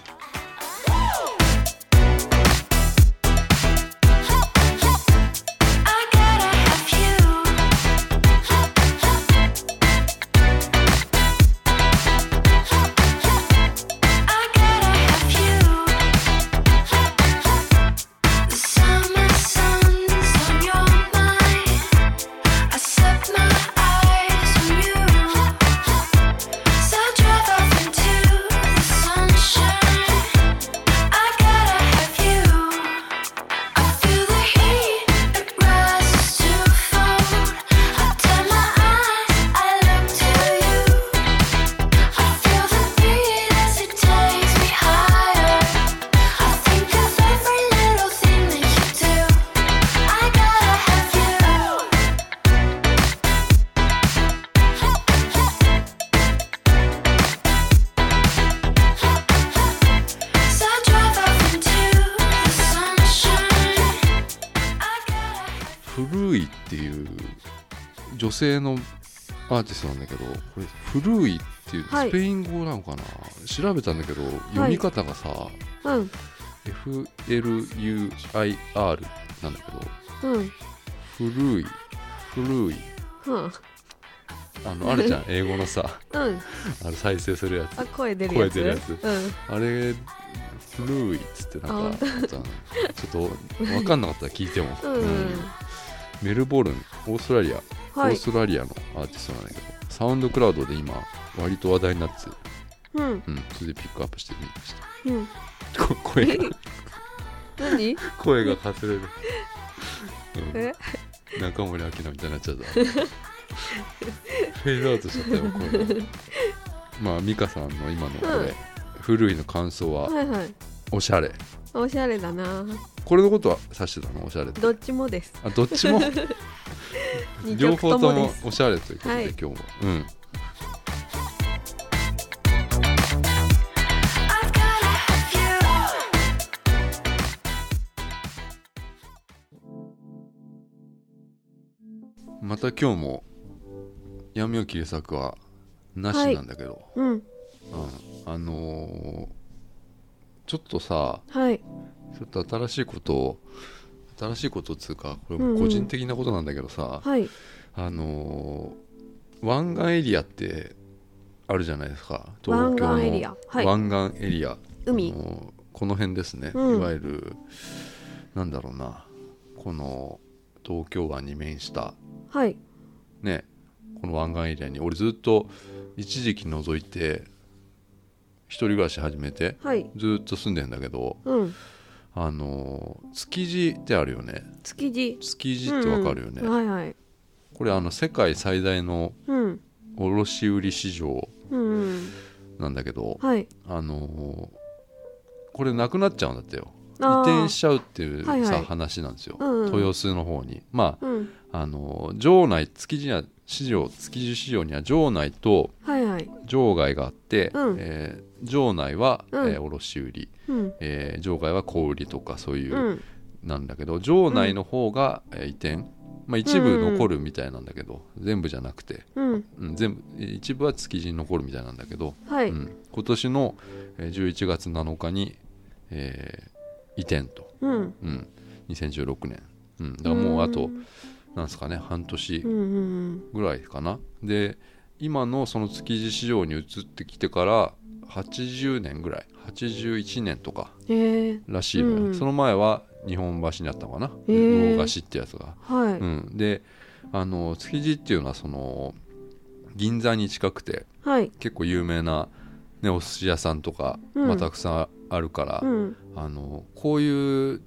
Speaker 2: 古いっていう女性のアーティストなんだけど、これ古いっていう
Speaker 1: はい
Speaker 2: スペイン語なのかな、調べたんだけど、読み方がさ、
Speaker 1: うん
Speaker 2: FLUIR なんだけど、
Speaker 1: うん
Speaker 2: 古い、古い。
Speaker 1: うん
Speaker 2: あの、あるじゃん、英語のさ、
Speaker 1: うん
Speaker 2: あの再生するやつ。
Speaker 1: あ声出るやつ
Speaker 2: 声出るやつ
Speaker 1: うん
Speaker 2: あれ、古いっつってなんか、ちょっと分かんなかったら聞いても。
Speaker 1: うん
Speaker 2: うんメルボルン、オーストラリア、
Speaker 1: は
Speaker 2: オー
Speaker 1: い
Speaker 2: ストラリアのアーティストなんだけど、サウンドクラウドで今、割と話題になってて、
Speaker 1: うん
Speaker 2: うん、それでピックアップしてみました
Speaker 1: うん。
Speaker 2: こ声 が、
Speaker 1: 何
Speaker 2: 声がかすれる。
Speaker 1: え
Speaker 2: うん、中森明菜みたいになっちゃった。フェードアウトしちゃったよ、声が。まあ、美香さんの今のこれ、
Speaker 1: うん
Speaker 2: 古いの感想は、
Speaker 1: はいはい
Speaker 2: おしゃれ。
Speaker 1: おしゃれだな
Speaker 2: これのことは指してたの、おしゃれって。
Speaker 1: どっちもです
Speaker 2: あどっち も
Speaker 1: 二
Speaker 2: 両
Speaker 1: 曲
Speaker 2: 方
Speaker 1: と
Speaker 2: と
Speaker 1: もで
Speaker 2: も
Speaker 1: す
Speaker 2: おしゃれということで、
Speaker 1: はい
Speaker 2: 今日も、うん、また今日も闇を切り裂くはなしなんだけど、
Speaker 1: うん
Speaker 2: うん、あのーちょっとさ
Speaker 1: はい
Speaker 2: ちょっと新しいことを新しいことっつうかこれも個人的なことなんだけどさ、
Speaker 1: はい
Speaker 2: あのー湾岸エリアってあるじゃないですか東京の
Speaker 1: 湾岸エリアはい
Speaker 2: 湾岸エリア
Speaker 1: 海
Speaker 2: あのーこの辺ですね、
Speaker 1: うん
Speaker 2: いわゆるなんだろうなこの東京湾に面した
Speaker 1: はい
Speaker 2: ねこの湾岸エリアに俺ずっと一時期覗いて一人暮らし始めて
Speaker 1: はい
Speaker 2: ずっと住んでんだけど
Speaker 1: うん
Speaker 2: あのー築地ってあるよね
Speaker 1: 築地
Speaker 2: 築地ってわかるよね、
Speaker 1: うんはいはい
Speaker 2: これあの世界最大の
Speaker 1: うん
Speaker 2: 卸売市場
Speaker 1: うんうん
Speaker 2: なんだけど、
Speaker 1: はい
Speaker 2: あのーこれなくなっちゃうんだってよ移
Speaker 1: あー
Speaker 2: 転しちゃうっていうさ、
Speaker 1: はいはい
Speaker 2: 話なんですよ、
Speaker 1: うんうん
Speaker 2: 豊洲の方にま
Speaker 1: うん
Speaker 2: あ、あのー場内築地には市場築地市場には場内と
Speaker 1: はいはい
Speaker 2: 場外があって、
Speaker 1: うん
Speaker 2: えー場内は、
Speaker 1: うん
Speaker 2: えー卸売、
Speaker 1: うん
Speaker 2: えー場外は小売とかそういうう、
Speaker 1: ん
Speaker 2: なんだけど場内の方が、えー移転、まあ、一部残るみたいなんだけど、全部じゃなくて、
Speaker 1: うん
Speaker 2: うん、全部一部は築地に残るみたいなんだけど、
Speaker 1: はい
Speaker 2: うん、今年のえー11月7日に、えー移転と、
Speaker 1: うん
Speaker 2: うん、2016年、うん、だからもうあと
Speaker 1: ん
Speaker 2: なんですかね半
Speaker 1: う
Speaker 2: 年
Speaker 1: んうん
Speaker 2: ぐらいかなで今のその築地市場に移ってきてから80年ぐらい81年とか
Speaker 1: うんへえ
Speaker 2: らしいのよ、
Speaker 1: うん
Speaker 2: その前は日本橋にあったのかな
Speaker 1: へー
Speaker 2: 魚菓子ってやつが、
Speaker 1: はい、
Speaker 2: うん、であの築地っていうのはその銀座に近くて
Speaker 1: はい、
Speaker 2: 結構有名な、ね、お寿司屋さんとか、
Speaker 1: うん
Speaker 2: まあ、たくさんあるから、
Speaker 1: うん、
Speaker 2: あのこういう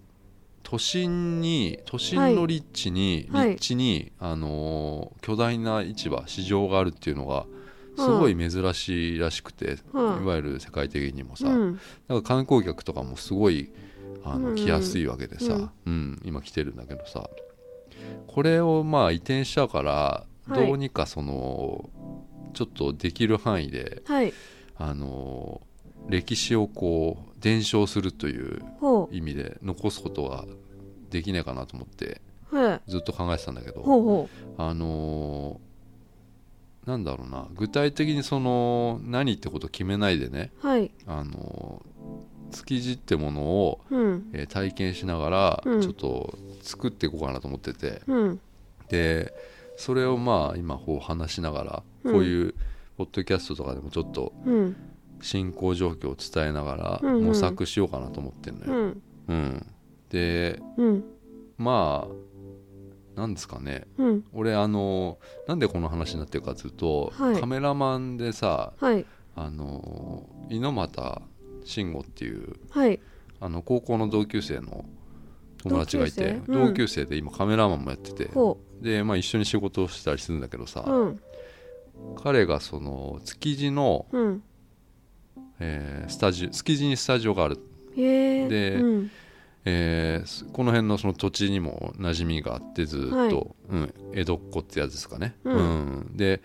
Speaker 2: 都心に都心の立地に、
Speaker 1: はい
Speaker 2: 立地にあの巨大な市場市場があるっていうのがすごい珍しいらしくて、
Speaker 1: はい
Speaker 2: いわゆる世界的にもさ、
Speaker 1: うん、
Speaker 2: だから観光客とかもすごいあ
Speaker 1: うんう
Speaker 2: の
Speaker 1: ん
Speaker 2: 来やすいわけでさ、うん今来てるんだけどさこれをまあ移転しちゃうから
Speaker 1: はい
Speaker 2: どうにかその、ちょっとできる範囲で
Speaker 1: はい、
Speaker 2: あの歴史をこう伝承するという
Speaker 1: ほ
Speaker 2: 意味で残すことができないかなと思って
Speaker 1: う、はい、
Speaker 2: ずっと考えてたんだけど
Speaker 1: ほうほ
Speaker 2: あのなんだろうな具体的にその何ってこと決めないでね、
Speaker 1: う、はい、
Speaker 2: あの築地ってものを、
Speaker 1: うん、
Speaker 2: えー体験しながら
Speaker 1: うん
Speaker 2: ちょっと作っていこうかなと思ってて、
Speaker 1: うん、
Speaker 2: でそれをまあ今こう話しながら、
Speaker 1: うん
Speaker 2: こういうポッドキャストとかでもちょっと
Speaker 1: うん、
Speaker 2: 進行状況を伝えながら
Speaker 1: うんうん
Speaker 2: 模索しようかなと思ってるの
Speaker 1: う
Speaker 2: よ。
Speaker 1: ん、
Speaker 2: うんで
Speaker 1: うん、
Speaker 2: まあなんですかね
Speaker 1: うん、
Speaker 2: 俺あのなんでこの話になってるかというと、
Speaker 1: はい
Speaker 2: カメラマンでさ
Speaker 1: はい、
Speaker 2: あの猪俣慎吾っていう
Speaker 1: はい、
Speaker 2: あの高校の同級生の友達がいて
Speaker 1: 同級生うん
Speaker 2: 同級生で今カメラマンもやってて、
Speaker 1: ほ
Speaker 2: で、まあ、一緒に仕事をしたりするんだけどさ、
Speaker 1: う、うん、
Speaker 2: 彼がその築地の、
Speaker 1: うん、
Speaker 2: えースタジオ築地にスタジオがある、
Speaker 1: へえ、
Speaker 2: で
Speaker 1: うん、
Speaker 2: えーすこの辺のその土地にも馴染みがあってずっと、
Speaker 1: はい
Speaker 2: うん、江戸っ子ってやつですかね、
Speaker 1: うん
Speaker 2: うんで、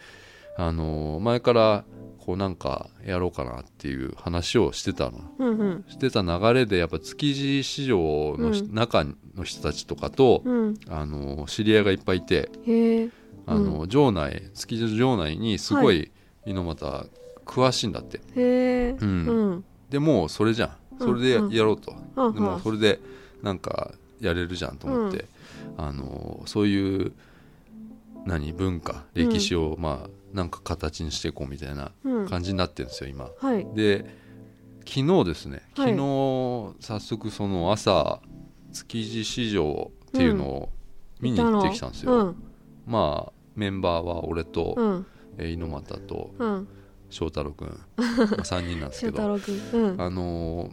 Speaker 2: あのー前からこうなんかやろうかなっていう話をしてたの
Speaker 1: うん、うん、
Speaker 2: してた流れでやっぱ築地市場のし、
Speaker 1: うん
Speaker 2: 中の人たちとかと、
Speaker 1: うん、
Speaker 2: あの知り合いがいっぱいいて
Speaker 1: へえ、
Speaker 2: あの、城内築地の城内にすごい猪俣詳しいんだって、
Speaker 1: へえ、
Speaker 2: う
Speaker 1: うんん、うん、
Speaker 2: でもうそれじゃん
Speaker 1: うん
Speaker 2: それでや
Speaker 1: うん
Speaker 2: やろうと、
Speaker 1: はん
Speaker 2: でも
Speaker 1: は
Speaker 2: うそれでなんかやれるじゃんと思って、あのそういう何文化
Speaker 1: うん
Speaker 2: 歴史をまあなんか形にしていこうみたいな
Speaker 1: うん、
Speaker 2: 感じになってるんですよ今。
Speaker 1: はい、
Speaker 2: で昨日ですね昨
Speaker 1: はい
Speaker 2: 日早速その朝築地市場っていうのを見に行ってきたんですよ。
Speaker 1: うん、
Speaker 2: まあメンバーは俺と、
Speaker 1: うん、
Speaker 2: えー猪俣と
Speaker 1: うん、
Speaker 2: 翔太郎 くん、まあ、3人なんです
Speaker 1: 翔
Speaker 2: け
Speaker 1: 太
Speaker 2: ど、
Speaker 1: 郎君、うん、
Speaker 2: あのー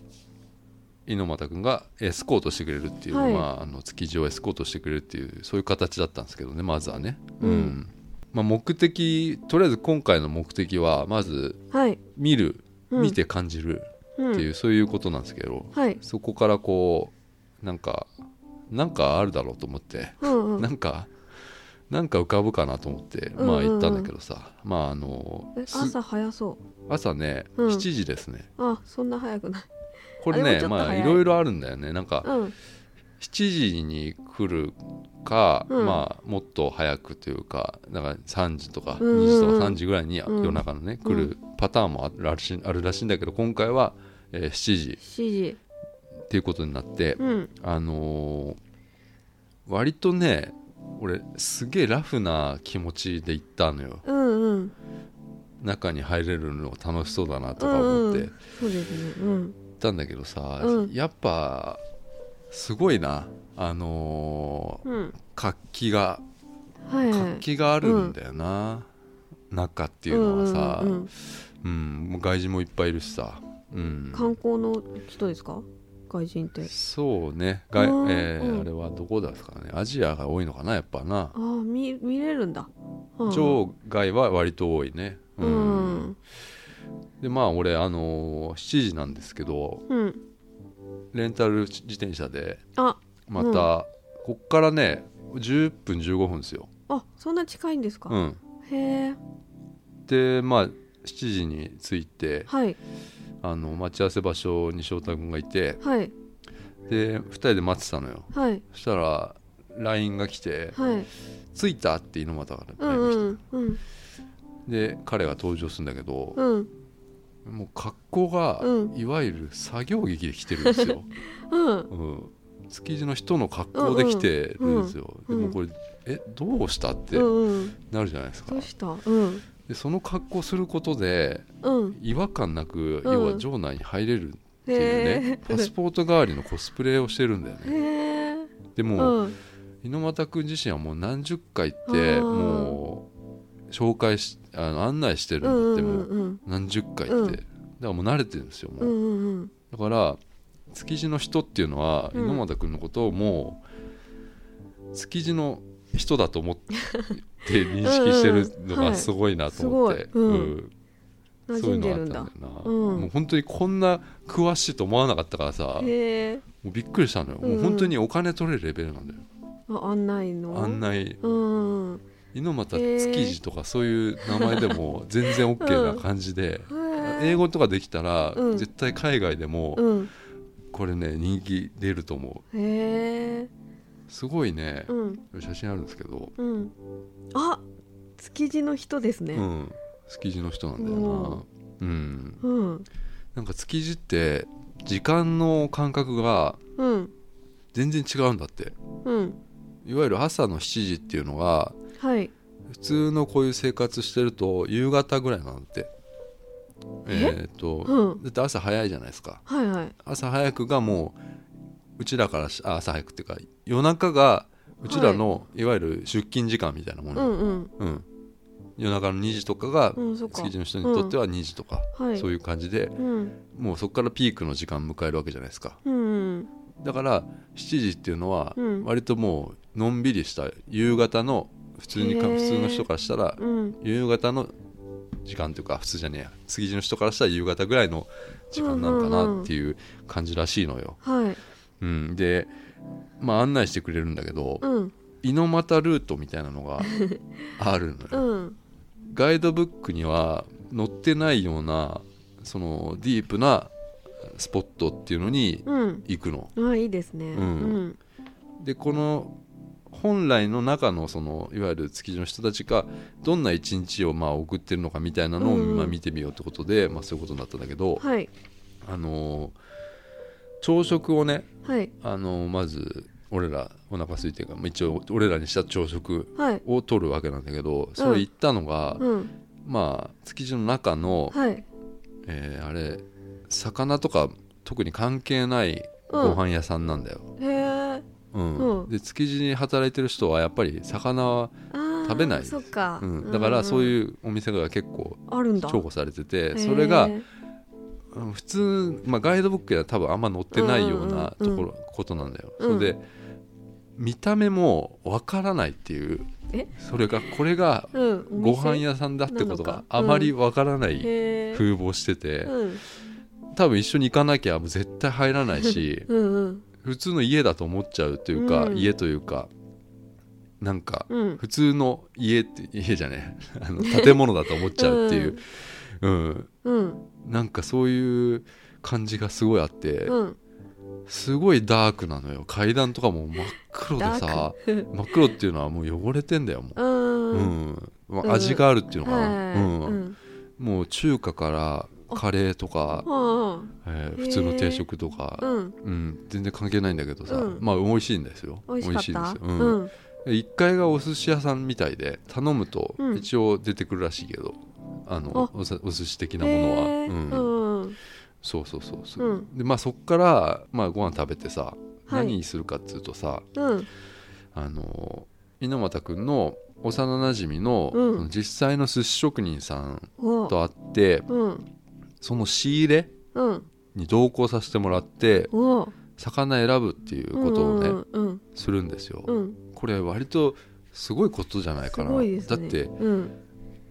Speaker 2: 猪俣くんがエスコートしてくれるっていう、
Speaker 1: はい
Speaker 2: まあ、あの築地をエスコートしてくれるっていうそういう形だったんですけどねまずはね。
Speaker 1: うん
Speaker 2: まあ、目的とりあえず今回の目的はまず
Speaker 1: はい、
Speaker 2: 見る
Speaker 1: うん
Speaker 2: 見て感じる
Speaker 1: うん、
Speaker 2: っていう、そういうことなんですけど
Speaker 1: はい、
Speaker 2: そこからこうなんかなんかあるだろうと思って。
Speaker 1: うん、うん
Speaker 2: な、んかなんか浮かぶかなと思って、
Speaker 1: うん
Speaker 2: まあ行ったんだけどさまああの
Speaker 1: え
Speaker 2: す
Speaker 1: 朝早そう。
Speaker 2: 朝ね、
Speaker 1: うん
Speaker 2: 7時ですね
Speaker 1: あそんな早くない。
Speaker 2: これ
Speaker 1: あでも
Speaker 2: ね
Speaker 1: ちょっと
Speaker 2: まあ
Speaker 1: 早い
Speaker 2: いろいろあるんだよねなんか
Speaker 1: うん
Speaker 2: 7時に来るか、
Speaker 1: うん
Speaker 2: まあもっと早くというかだから3時とか
Speaker 1: うんうん
Speaker 2: 2時とか3時ぐらいに
Speaker 1: うん
Speaker 2: 夜中のね、来るパターンもあるらしいあるらしいんだけど今回は、えー7時
Speaker 1: 7時
Speaker 2: っていうことになって、
Speaker 1: うん
Speaker 2: あのー割とね俺すげえラフな気持ちで行ったのよ。
Speaker 1: うんうん
Speaker 2: 中に入れるの楽しそうだなとか思
Speaker 1: うんう
Speaker 2: って行
Speaker 1: ん、そうですねうん
Speaker 2: ったんだけどさ、
Speaker 1: うん
Speaker 2: やっぱすごいなあのー
Speaker 1: うん
Speaker 2: 活気が
Speaker 1: はいはい
Speaker 2: 活気があるんだよな、中っていうのはさ、う
Speaker 1: うんんうんうん
Speaker 2: もう外人もいっぱいいるしさ、うん、
Speaker 1: 観光の人ですか外人って
Speaker 2: そうね外、
Speaker 1: うん
Speaker 2: えー
Speaker 1: うん
Speaker 2: あれはどこですかねアジアが多いのかなやっぱな
Speaker 1: ああ見見れるんだ上
Speaker 2: 場外は割と多いね、
Speaker 1: う
Speaker 2: うん
Speaker 1: ん
Speaker 2: でまあ俺あのー7時なんですけど
Speaker 1: うん
Speaker 2: レンタル自転車で
Speaker 1: あ
Speaker 2: また、こっからね10分15分ですよ、
Speaker 1: あそんな近いんです
Speaker 2: う
Speaker 1: か
Speaker 2: ん、
Speaker 1: へえ
Speaker 2: でまあ7時に着いて
Speaker 1: はい
Speaker 2: あの待ち合わせ場所に翔太君がいて
Speaker 1: はい
Speaker 2: で2人で待ってたのよ
Speaker 1: はい
Speaker 2: そしたら LINE が来て
Speaker 1: はい
Speaker 2: 「着いた?」って猪俣か
Speaker 1: う
Speaker 2: ら LINE
Speaker 1: ん
Speaker 2: が来て、
Speaker 1: うんうん
Speaker 2: で彼が登場するんだけど、
Speaker 1: うん
Speaker 2: もう格好が、
Speaker 1: うん
Speaker 2: いわゆる作業着で来てるんです よ、
Speaker 1: うん
Speaker 2: うん、築地の人の格好で来てるんですよ、
Speaker 1: うんうんうん
Speaker 2: でもこれえどうしたって
Speaker 1: うんうん
Speaker 2: なるじゃないですか、
Speaker 1: どうしたうん
Speaker 2: でその格好することで
Speaker 1: うん
Speaker 2: 違和感なく、
Speaker 1: うん
Speaker 2: 要は場内に入れるっていうね
Speaker 1: へえ
Speaker 2: パスポート代わりのコスプレをしてるんだよ
Speaker 1: へ
Speaker 2: ね
Speaker 1: え
Speaker 2: で
Speaker 1: う
Speaker 2: も、
Speaker 1: ん
Speaker 2: 猪俣君自身はもう何十回っ
Speaker 1: あ
Speaker 2: て
Speaker 1: ー
Speaker 2: もう紹介しあの案内してる
Speaker 1: うん
Speaker 2: だっ
Speaker 1: ん
Speaker 2: て
Speaker 1: う
Speaker 2: も
Speaker 1: ん
Speaker 2: う
Speaker 1: うん
Speaker 2: 何十回って、
Speaker 1: うん
Speaker 2: だからもう慣れてるんですよも
Speaker 1: う
Speaker 2: う、
Speaker 1: んうん
Speaker 2: だから築地の人っていうのは
Speaker 1: うん
Speaker 2: 猪俣君のことをもう築地の人だと思って認識してるの
Speaker 1: うんうんは
Speaker 2: が
Speaker 1: い
Speaker 2: すごいなと思って、
Speaker 1: すごいうん
Speaker 2: ん
Speaker 1: 馴
Speaker 2: そうい
Speaker 1: 染
Speaker 2: うんの
Speaker 1: で
Speaker 2: があ
Speaker 1: る
Speaker 2: っ
Speaker 1: んだ
Speaker 2: たんだよな、
Speaker 1: うん
Speaker 2: もう本当にこんな詳しいと思わなかったからさ
Speaker 1: へえ
Speaker 2: もうびっくりしたのよ、
Speaker 1: うんうん
Speaker 2: もう本当にお金取れるレベルなんだよ、
Speaker 1: あ案内の
Speaker 2: 案内
Speaker 1: うんへ
Speaker 2: 猪俣
Speaker 1: へー
Speaker 2: 築地とかそういう名前でも全然 OK な感じで、
Speaker 1: え
Speaker 2: 英語とかできたら、
Speaker 1: うん
Speaker 2: 絶対海外でも、
Speaker 1: うん
Speaker 2: これね人気出ると思
Speaker 1: へえ
Speaker 2: うすごいね
Speaker 1: う、ん
Speaker 2: 写真あるんですけど、
Speaker 1: うんあ築地の人です
Speaker 2: う
Speaker 1: ね
Speaker 2: ん、築地の人なんだよなうん
Speaker 1: うん
Speaker 2: なんか築地って時間の感覚が
Speaker 1: うん
Speaker 2: 全然違うんだって
Speaker 1: うん
Speaker 2: いわゆる朝の7時っていうのが
Speaker 1: はい
Speaker 2: 普通のこういう生活してると夕方ぐらいなんだってえ
Speaker 1: え
Speaker 2: ーっと、
Speaker 1: うん
Speaker 2: だって朝早いじゃないですか
Speaker 1: はいはい
Speaker 2: 朝早くがもううちらからしあ朝早くっていうか夜中がうちらの、い、わゆる出勤時間みたいなも
Speaker 1: う
Speaker 2: の、
Speaker 1: んうん
Speaker 2: うん夜中の2時とかが
Speaker 1: うんそっか
Speaker 2: 築地の人にとっては2時とか、
Speaker 1: はい
Speaker 2: そういう感じで
Speaker 1: うん
Speaker 2: もうそこからピークの時間迎えるわけじゃないですか
Speaker 1: うん
Speaker 2: だから7時っていうのは
Speaker 1: うん
Speaker 2: 割ともうのんびりした夕方の普通にか
Speaker 1: へー
Speaker 2: 普通の人からしたら
Speaker 1: うん
Speaker 2: 夕方の時間というか普通じゃねえや築地の人からしたら夕方ぐらいの時間なのかなっていう感じらしいのよ、
Speaker 1: はい
Speaker 2: うん、でまあ案内してくれるんだけど
Speaker 1: うん
Speaker 2: 猪俣ルートみたいなの があるのよ
Speaker 1: うん
Speaker 2: ガイドブックには載ってないようなそのディープなスポットっていうのに
Speaker 1: うん
Speaker 2: 行くの。
Speaker 1: あいいですね
Speaker 2: う
Speaker 1: うんん
Speaker 2: でこの本来の中のそのいわゆる築地の人たちがどんな一日をまあ送ってるのかみたいなのを
Speaker 1: うん
Speaker 2: まあ見てみようってことで、まあ、そういうことになったんだけど、
Speaker 1: はい
Speaker 2: あのー朝食をね、
Speaker 1: はい
Speaker 2: あのーまず俺らお腹空いてるからまあ一応俺らにした朝食
Speaker 1: はい
Speaker 2: を取るわけなんだけどそれ行ったのが、
Speaker 1: うん
Speaker 2: まあ築地の中の、
Speaker 1: はい
Speaker 2: えーあれ魚とか特に関係ない
Speaker 1: うん
Speaker 2: ご飯屋さんなんだよ、
Speaker 1: へえ
Speaker 2: うん
Speaker 1: うん
Speaker 2: で築地に働いてる人はやっぱり魚は、食
Speaker 1: 食
Speaker 2: べない
Speaker 1: そっか
Speaker 2: うん、だからそう
Speaker 1: う
Speaker 2: いうお店が結構
Speaker 1: んあるんだ
Speaker 2: 重宝されててそれが
Speaker 1: へえ
Speaker 2: うん普通、まあ、ガイドブックでは多分あんま載ってないような
Speaker 1: うん
Speaker 2: と
Speaker 1: うんうん
Speaker 2: ころ、ことなんだよ、
Speaker 1: うん
Speaker 2: それで見た目もわからないっていう
Speaker 1: え
Speaker 2: それがこれが
Speaker 1: うん
Speaker 2: ご飯屋さんだってこと
Speaker 1: な
Speaker 2: が
Speaker 1: のか
Speaker 2: あまりわからない
Speaker 1: へえ
Speaker 2: 風貌してて
Speaker 1: うん
Speaker 2: 多分一緒に行かなきゃもう絶対入らないし
Speaker 1: うんうん
Speaker 2: 普通の家だと思っちゃうというか、
Speaker 1: うん
Speaker 2: 家というかなんか
Speaker 1: うん
Speaker 2: 普通の家って家じゃね えあの建物だと思っちゃうっていう、うん
Speaker 1: うん
Speaker 2: なんかそういう感じがすごいあって、
Speaker 1: うん
Speaker 2: すごいダークなのよ階段とかも真っ黒でさ
Speaker 1: ダ ーク
Speaker 2: 真っ黒っていうのはもう汚れてんだよも
Speaker 1: う
Speaker 2: う、うんんま
Speaker 1: うん
Speaker 2: あ、味があるっていうのかな、
Speaker 1: はい
Speaker 2: うん
Speaker 1: うん
Speaker 2: もう中華からカレーとか、
Speaker 1: は
Speaker 2: えー普通の定食とか
Speaker 1: あ、うん
Speaker 2: うん、全然関係ないんだけどさ、
Speaker 1: うん
Speaker 2: まあ美味しいんですよ
Speaker 1: 美味しかっ
Speaker 2: 美味
Speaker 1: た
Speaker 2: いんですよ、うん1階がお寿司屋さんみたいで頼むと
Speaker 1: うん
Speaker 2: 一応出てくるらしいけど、あの
Speaker 1: あ
Speaker 2: おさお寿司的
Speaker 1: へ
Speaker 2: なものは、
Speaker 1: え
Speaker 2: うん
Speaker 1: うん
Speaker 2: そうそうそうそう、
Speaker 1: うん
Speaker 2: でまあそっから、まあ、ご飯食べてさ、
Speaker 1: はい
Speaker 2: 何するかっつうとさ
Speaker 1: うん
Speaker 2: あの猪俣君の幼なじみの,、
Speaker 1: うん
Speaker 2: その実際の寿司職人さん
Speaker 1: お
Speaker 2: と会って
Speaker 1: うん
Speaker 2: その仕入れ
Speaker 1: うん
Speaker 2: に同行させてもらって
Speaker 1: お
Speaker 2: 魚選ぶっていうことをね、
Speaker 1: うんうん
Speaker 2: するんですよ、
Speaker 1: うん
Speaker 2: これ割とすごいことじゃないかな、
Speaker 1: すごいです
Speaker 2: だっ
Speaker 1: ね
Speaker 2: て
Speaker 1: うん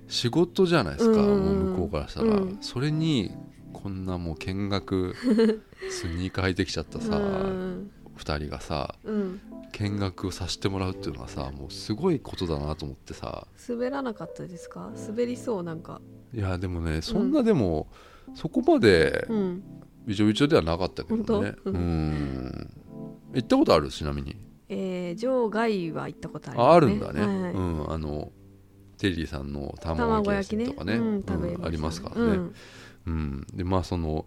Speaker 2: 仕事じゃないですか、
Speaker 1: うんうんうん
Speaker 2: もう向こうからしたら、
Speaker 1: うん
Speaker 2: それにこんなもう見学スニーカー履いてきちゃったさ、
Speaker 1: うん
Speaker 2: 2人がさ
Speaker 1: うん
Speaker 2: 見学をさせてもらうっていうのはさもうすごいことだなと思ってさ
Speaker 1: 滑らなかったですか滑りそうなんか
Speaker 2: いやでもねそんなでも、そこまで
Speaker 1: うん
Speaker 2: びちょびちょではなかったけどね
Speaker 1: 本当
Speaker 2: うん
Speaker 1: うん
Speaker 2: 行ったことあるちなみに
Speaker 1: えー場外は行ったことあります
Speaker 2: ああるんだね、
Speaker 1: はい
Speaker 2: うんあのテリーさんの卵
Speaker 1: 卵
Speaker 2: 焼
Speaker 1: 焼
Speaker 2: き
Speaker 1: き
Speaker 2: 屋
Speaker 1: ね
Speaker 2: さんとか
Speaker 1: う
Speaker 2: ね
Speaker 1: ん、食べ
Speaker 2: うんありますからね、
Speaker 1: う
Speaker 2: うん
Speaker 1: ん
Speaker 2: でまあその、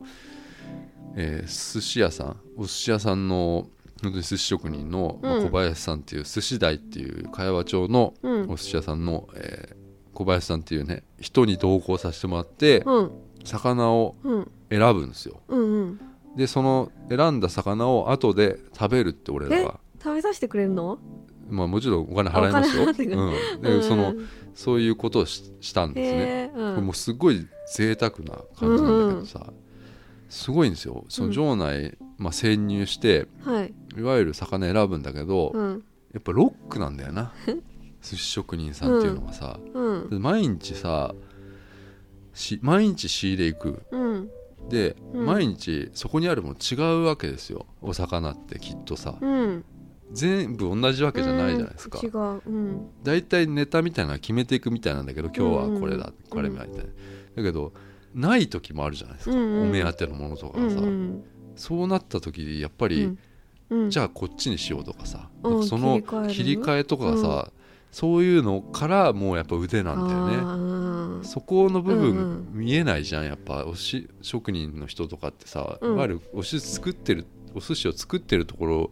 Speaker 2: えー寿司屋さんお寿司屋さんの本当に寿司職人の、まあ
Speaker 1: うん
Speaker 2: 小林さんっていう寿司台っていう茅和町の
Speaker 1: うん
Speaker 2: お寿司屋さんの、えー小林さんっていうね人に同行させてもらって
Speaker 1: うん
Speaker 2: 魚を
Speaker 1: うん
Speaker 2: 選ぶんですよ
Speaker 1: うんうん
Speaker 2: でその選んだ魚を後で食べるって俺らが
Speaker 1: 食べさせてくれるの
Speaker 2: まあ、もちろんお金払いますよ
Speaker 1: お金払ってくれる
Speaker 2: うん、でその
Speaker 1: うん
Speaker 2: そういうことをししたんですね、
Speaker 1: へえ、うん、
Speaker 2: もうすごい贅沢な感じなんだけどさ、すごいんですよその場内、まあ、潜入して
Speaker 1: はい、
Speaker 2: いわゆる魚選ぶんだけど、
Speaker 1: うん
Speaker 2: やっぱロックなんだ よな寿司職人さんっていうのはさ、
Speaker 1: うん
Speaker 2: で毎日さし毎日仕入れ行く
Speaker 1: うん
Speaker 2: で、
Speaker 1: うん
Speaker 2: 毎日そこにあるもの違うわけですよお魚ってきっとさ、
Speaker 1: うん
Speaker 2: 全部同じわけじゃないじゃないですか、
Speaker 1: うん違ううん
Speaker 2: 大体ネタみたいなのは決めていくみたいなんだけど今日はこれだ、
Speaker 1: うん
Speaker 2: これみたいなだけどない時もあるじゃないですか、
Speaker 1: うんうん
Speaker 2: お目当てのものとか
Speaker 1: う
Speaker 2: が
Speaker 1: ん
Speaker 2: さ、
Speaker 1: うん
Speaker 2: そうなった時やっぱり、
Speaker 1: うん
Speaker 2: じゃあこっちにしようとかさ、
Speaker 1: うん
Speaker 2: なんかそ
Speaker 1: 切
Speaker 2: の
Speaker 1: り替える
Speaker 2: 切り替えとかがさ、そういうのからもうやっぱ腕なんだよね
Speaker 1: よ
Speaker 2: そこの部分、
Speaker 1: うん
Speaker 2: 見えないじゃんやっぱおし職人の人とかってさ、
Speaker 1: うん
Speaker 2: いわゆるお寿司作ってるお寿司を作ってるところ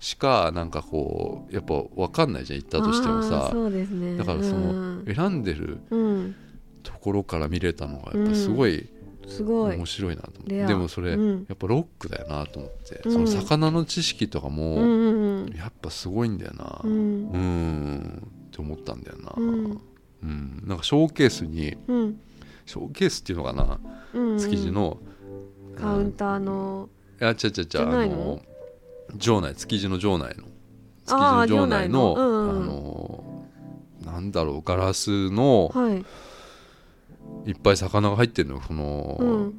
Speaker 2: しかなんかこうやっぱ分かんないじゃん行ったとしてもさ
Speaker 1: そうですね
Speaker 2: だからその選んでる
Speaker 1: うん、うん
Speaker 2: ところから見れたのがやっぱすごい
Speaker 1: すごい
Speaker 2: 面白いなと思って、
Speaker 1: レア
Speaker 2: でもそれ、
Speaker 1: うん
Speaker 2: やっぱロックだよなと思って、
Speaker 1: うん
Speaker 2: その魚の知識とか
Speaker 1: うん
Speaker 2: も
Speaker 1: うん
Speaker 2: やっぱすごいんだよな
Speaker 1: う
Speaker 2: うん
Speaker 1: ん
Speaker 2: ーんって思ったんだよな、う
Speaker 1: うんん
Speaker 2: なんかショーケースに
Speaker 1: うん
Speaker 2: ショーケースっていうのかな、
Speaker 1: うん
Speaker 2: 築地の
Speaker 1: カウンターの
Speaker 2: あ違う違う違
Speaker 1: ゃ
Speaker 2: う
Speaker 1: な
Speaker 2: あ
Speaker 1: いの
Speaker 2: の場内築地の場内の築地
Speaker 1: あ
Speaker 2: の
Speaker 1: ー
Speaker 2: 場内
Speaker 1: 場
Speaker 2: の
Speaker 1: 内のうんうん
Speaker 2: あのなんだろうガラスの
Speaker 1: はい、
Speaker 2: いっぱい魚が入ってるのこの、
Speaker 1: うん、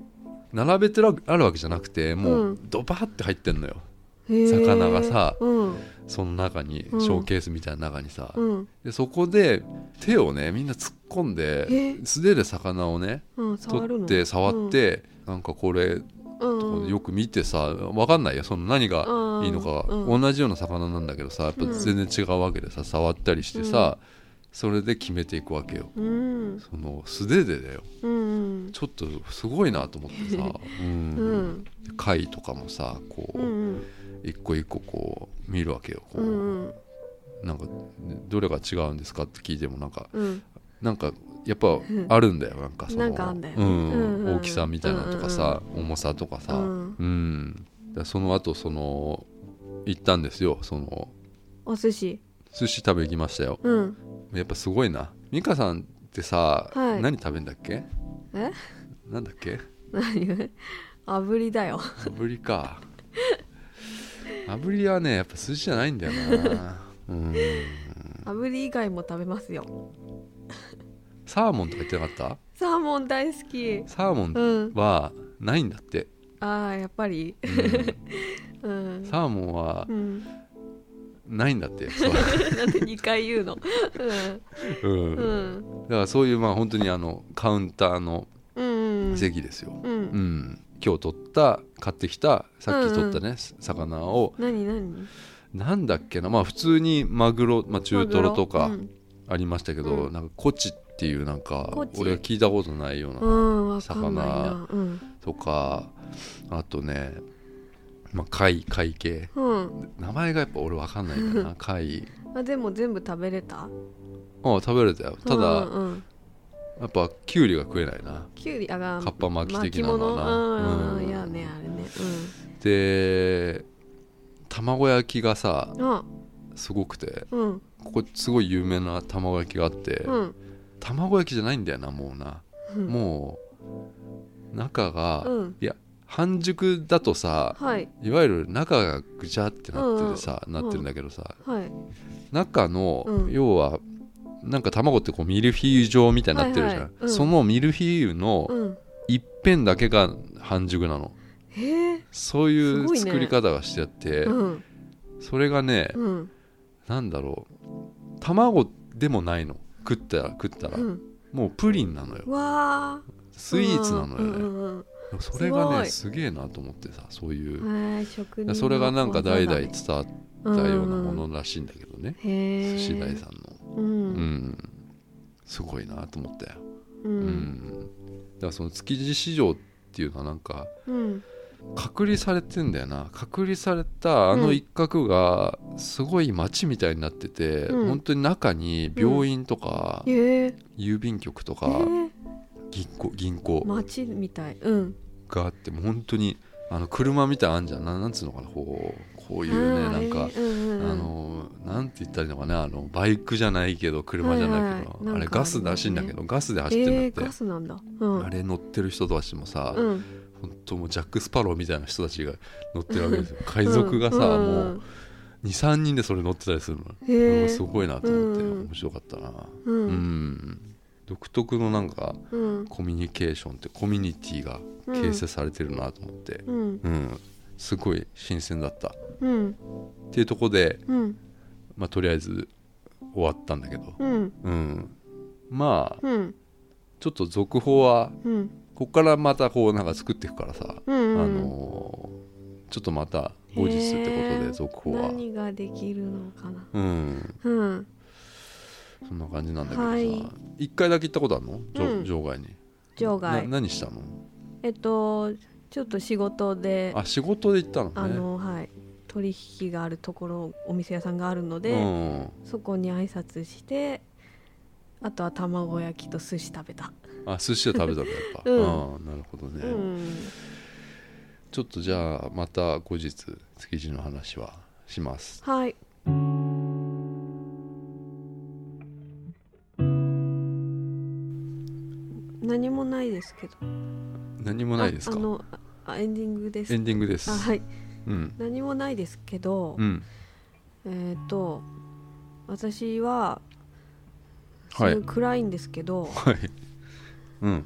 Speaker 2: 並べてらあるわけじゃなくてもううんドバーって入ってんのよ、
Speaker 1: へー
Speaker 2: 魚がさ
Speaker 1: うん
Speaker 2: その中にシ
Speaker 1: うん
Speaker 2: ョーケースみたいな中にさ、
Speaker 1: うん
Speaker 2: でそこで手をねみんな突っ込んで
Speaker 1: え
Speaker 2: 素手で魚をね
Speaker 1: うん触る
Speaker 2: 取っ
Speaker 1: の
Speaker 2: て触って、なんかこれ
Speaker 1: うん、
Speaker 2: よく見てさ分かんないよその何がいいのか、
Speaker 1: うん
Speaker 2: 同じような魚なんだけどさやっぱ全然違うわけでさ触ったりしてさ、それで決めていくわけよ
Speaker 1: うん
Speaker 2: その素手でだよ
Speaker 1: うん
Speaker 2: ちょっとすごいなと思ってさ、うん
Speaker 1: うん
Speaker 2: 貝とかもさこう、
Speaker 1: うん
Speaker 2: 一個一個こう見るわけよこ
Speaker 1: う
Speaker 2: う、
Speaker 1: ん
Speaker 2: なんかどれが違うんですかって聞いてもなんか
Speaker 1: うん
Speaker 2: なんかやっぱあるんだよなんかその
Speaker 1: なんかあんだよね
Speaker 2: うん
Speaker 1: うんうん
Speaker 2: 大きさみたいなのとかさ、重さとかさ、
Speaker 1: うん
Speaker 2: うんだからその後その行ったんですよその
Speaker 1: お寿司
Speaker 2: 寿司食べ行きましたよ
Speaker 1: うん
Speaker 2: やっぱすごいな美香さんってさ、
Speaker 1: はい
Speaker 2: 何食べんだっけ
Speaker 1: え
Speaker 2: なんだっけ
Speaker 1: 何炙りだよ
Speaker 2: 炙りか炙りはねやっぱ寿司じゃないんだよなうん
Speaker 1: 炙り以外も食べますよ
Speaker 2: サーモンとか言ってなかっ
Speaker 1: サーモン大好き
Speaker 2: たサーモン
Speaker 1: うん
Speaker 2: はないんだって、
Speaker 1: ああやっぱり
Speaker 2: うん
Speaker 1: うん
Speaker 2: サーモンは
Speaker 1: うん
Speaker 2: ないん だってそう
Speaker 1: なんで2回言うの
Speaker 2: うん
Speaker 1: うんうん
Speaker 2: だからそういうまあ本当にあのカウンターの
Speaker 1: うん
Speaker 2: 席ですよ、
Speaker 1: う
Speaker 2: うんん、今日取った買ってきたさっき取ったね、
Speaker 1: う
Speaker 2: 魚を
Speaker 1: 何何
Speaker 2: なんだっけなまあ普通にマグロ、まあ、中トロと
Speaker 1: マ
Speaker 2: か
Speaker 1: グロ
Speaker 2: ありましたけど、
Speaker 1: うん
Speaker 2: なんかコチっていうなんか
Speaker 1: コチ
Speaker 2: 俺は聞いたことないよう
Speaker 1: う
Speaker 2: なん
Speaker 1: うんわかんないなうん
Speaker 2: とかあとね、まあ、貝貝系
Speaker 1: うん
Speaker 2: 名前がやっぱ俺分かんないんだよな貝
Speaker 1: あでも全部食べれた
Speaker 2: ああ食べれたよただ、
Speaker 1: うんうん
Speaker 2: やっぱきゅうりが食えないな
Speaker 1: きゅうりあが
Speaker 2: かっぱ巻き的なの
Speaker 1: 物
Speaker 2: かな
Speaker 1: うん
Speaker 2: うん
Speaker 1: いやねあれね
Speaker 2: で卵焼きがさ
Speaker 1: うんあ
Speaker 2: すごくて
Speaker 1: うん
Speaker 2: ここすごい有名な卵焼きがあって、
Speaker 1: うん
Speaker 2: 卵焼きじゃないんだよなもうな、
Speaker 1: うん
Speaker 2: もう中が、
Speaker 1: うん
Speaker 2: いや半熟だとさ
Speaker 1: はい
Speaker 2: いわゆる中がぐちゃってなっててさ、
Speaker 1: ん
Speaker 2: なってるんだけどさ
Speaker 1: はい
Speaker 2: 中の、
Speaker 1: うん
Speaker 2: 要はなんか卵ってこうミルフィーユ状みたいになってるじ
Speaker 1: はい
Speaker 2: ゃん、
Speaker 1: はいうん
Speaker 2: そのミルフィーユの
Speaker 1: うん
Speaker 2: 一辺だけが半熟なの
Speaker 1: へえ
Speaker 2: そうい
Speaker 1: す
Speaker 2: う
Speaker 1: ごいね
Speaker 2: 作り方がしてあって、
Speaker 1: うん
Speaker 2: それがね、
Speaker 1: うん
Speaker 2: なんだろう卵でもないの食ったら食ったら、
Speaker 1: うん
Speaker 2: もうプリンなのよ
Speaker 1: わあ
Speaker 2: スイーツなのよね、
Speaker 1: うんうん
Speaker 2: それがね
Speaker 1: す
Speaker 2: すげえなと思ってさそういうう、
Speaker 1: んへえ職人の
Speaker 2: それがなんか代々
Speaker 1: 技だ
Speaker 2: 伝
Speaker 1: ね
Speaker 2: わったようなものらしいんだけどね、
Speaker 1: うんうんへえ
Speaker 2: 寿司大さんの
Speaker 1: う
Speaker 2: うん、
Speaker 1: ん
Speaker 2: すごいなと思ったよ、
Speaker 1: う
Speaker 2: うん
Speaker 1: ん
Speaker 2: だからその築地市場っていうのはなんか
Speaker 1: うん
Speaker 2: 隔離されてんだよな隔離されたあの一角がすごい街みたいになってて、
Speaker 1: うん
Speaker 2: 本当に中に病院とか、
Speaker 1: へえ
Speaker 2: 郵便局とか
Speaker 1: へえ
Speaker 2: 銀行銀行
Speaker 1: 街みたいうん
Speaker 2: があってもう本当にあの車みたいなのあんじゃんななんつうのかなこうこういうね
Speaker 1: あー
Speaker 2: なんか
Speaker 1: あれうん
Speaker 2: あ
Speaker 1: うんうん
Speaker 2: のなんて言ったらいいのかなあのバイクじゃないけど車じゃないけど、
Speaker 1: はいはい
Speaker 2: あ
Speaker 1: な
Speaker 2: れ
Speaker 1: んか
Speaker 2: ガスらしいんだけど、ガスで走ってる
Speaker 1: え
Speaker 2: ん
Speaker 1: ー、
Speaker 2: だって
Speaker 1: ガ、スなんだ。うん。
Speaker 2: あれ乗ってる人たちもさ、
Speaker 1: うん。
Speaker 2: 本当もうジャック・スパローみたいな人たちが乗ってるわけですよ海賊がさ、
Speaker 1: うん
Speaker 2: もう23人でそれ乗ってたりするの、
Speaker 1: へえ
Speaker 2: うんすごいなと思って、
Speaker 1: うん
Speaker 2: 面白かったな
Speaker 1: うん
Speaker 2: う。ん独特のなんか
Speaker 1: うん。
Speaker 2: コミュニケーションってコミュニティが形成されてるなと思って、
Speaker 1: うん。
Speaker 2: うんすごい新鮮だったっ
Speaker 1: うん。
Speaker 2: ていうところで、
Speaker 1: うん。
Speaker 2: まあ、とりあえず終わったんだけど、
Speaker 1: うん。
Speaker 2: うん、まあ
Speaker 1: うん。
Speaker 2: ちょっと続報は
Speaker 1: うん。
Speaker 2: ここからまたこうなんか作っていくからさ、
Speaker 1: うん。
Speaker 2: あのーちょっとまた後日ってこと
Speaker 1: へ
Speaker 2: で
Speaker 1: ー
Speaker 2: 続報は
Speaker 1: 何ができるのかな。
Speaker 2: うん
Speaker 1: うん。
Speaker 2: そんな感じなんだけどさ、
Speaker 1: はい
Speaker 2: 一回だけ行ったことあるの、じょ
Speaker 1: うん
Speaker 2: 場外に
Speaker 1: 場
Speaker 2: な
Speaker 1: 外。
Speaker 2: 何したの
Speaker 1: えっと、ちょっと仕事で、
Speaker 2: あ仕事で行ったのね
Speaker 1: あの、はい。取引があるところ、お店屋さんがあるの
Speaker 2: う
Speaker 1: で、
Speaker 2: ん
Speaker 1: そこに挨拶して。あとは卵焼きと寿司食べた。
Speaker 2: あ寿司を食べたんだやっ ぱ、
Speaker 1: うん
Speaker 2: あーなるほどね、
Speaker 1: うん。
Speaker 2: ちょっとじゃあまた後日築地の話はします
Speaker 1: はい。何もないですけど。
Speaker 2: 何もないですか
Speaker 1: ああのあエンディングです
Speaker 2: エ。ンディングです
Speaker 1: あはい。
Speaker 2: うん
Speaker 1: 何もないですけど、
Speaker 2: うん
Speaker 1: えっ、と私はす
Speaker 2: は
Speaker 1: ご
Speaker 2: い
Speaker 1: い暗いんですけど、
Speaker 2: はいうん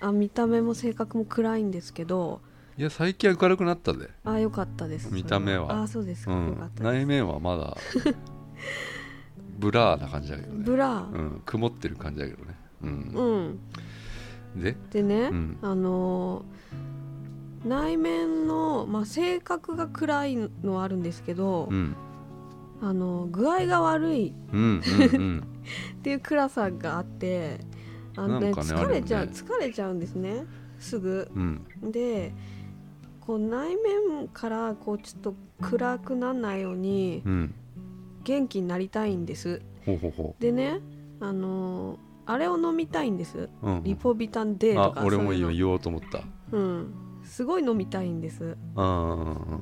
Speaker 1: あ見た目も性格も暗いんですけど、
Speaker 2: いや最近は明るくなったで、
Speaker 1: あ良かったです。
Speaker 2: 見た目は
Speaker 1: あそうです
Speaker 2: う
Speaker 1: か。良か
Speaker 2: ん
Speaker 1: っ、たで
Speaker 2: 内
Speaker 1: す。
Speaker 2: 面は まだブラーな感じだけどね
Speaker 1: ブラ
Speaker 2: う
Speaker 1: ー。
Speaker 2: ん、曇ってる感じだけどね、うん
Speaker 1: うん。
Speaker 2: で
Speaker 1: でね、
Speaker 2: うん
Speaker 1: あのー内面の、まあ、性格が暗いのはあるんですけど、
Speaker 2: うん
Speaker 1: あの具合が悪い
Speaker 2: うんうん
Speaker 1: っていう暗さがあってあの、
Speaker 2: なんかね
Speaker 1: 疲れちゃ
Speaker 2: あ
Speaker 1: う、
Speaker 2: るよね
Speaker 1: 疲れちゃうんですねすぐ。
Speaker 2: うん
Speaker 1: でこう内面からこうちょっと暗くならないように
Speaker 2: うんうん
Speaker 1: 元気になりたいんです。
Speaker 2: ほうほうほ
Speaker 1: でねあのーあれを飲みたいんです
Speaker 2: う、うん、
Speaker 1: リポビタン D と
Speaker 2: あ
Speaker 1: か
Speaker 2: 俺も
Speaker 1: そういう
Speaker 2: 今
Speaker 1: の
Speaker 2: 言おうと思った
Speaker 1: うん、すごい飲みたいんです。
Speaker 2: うん
Speaker 1: あ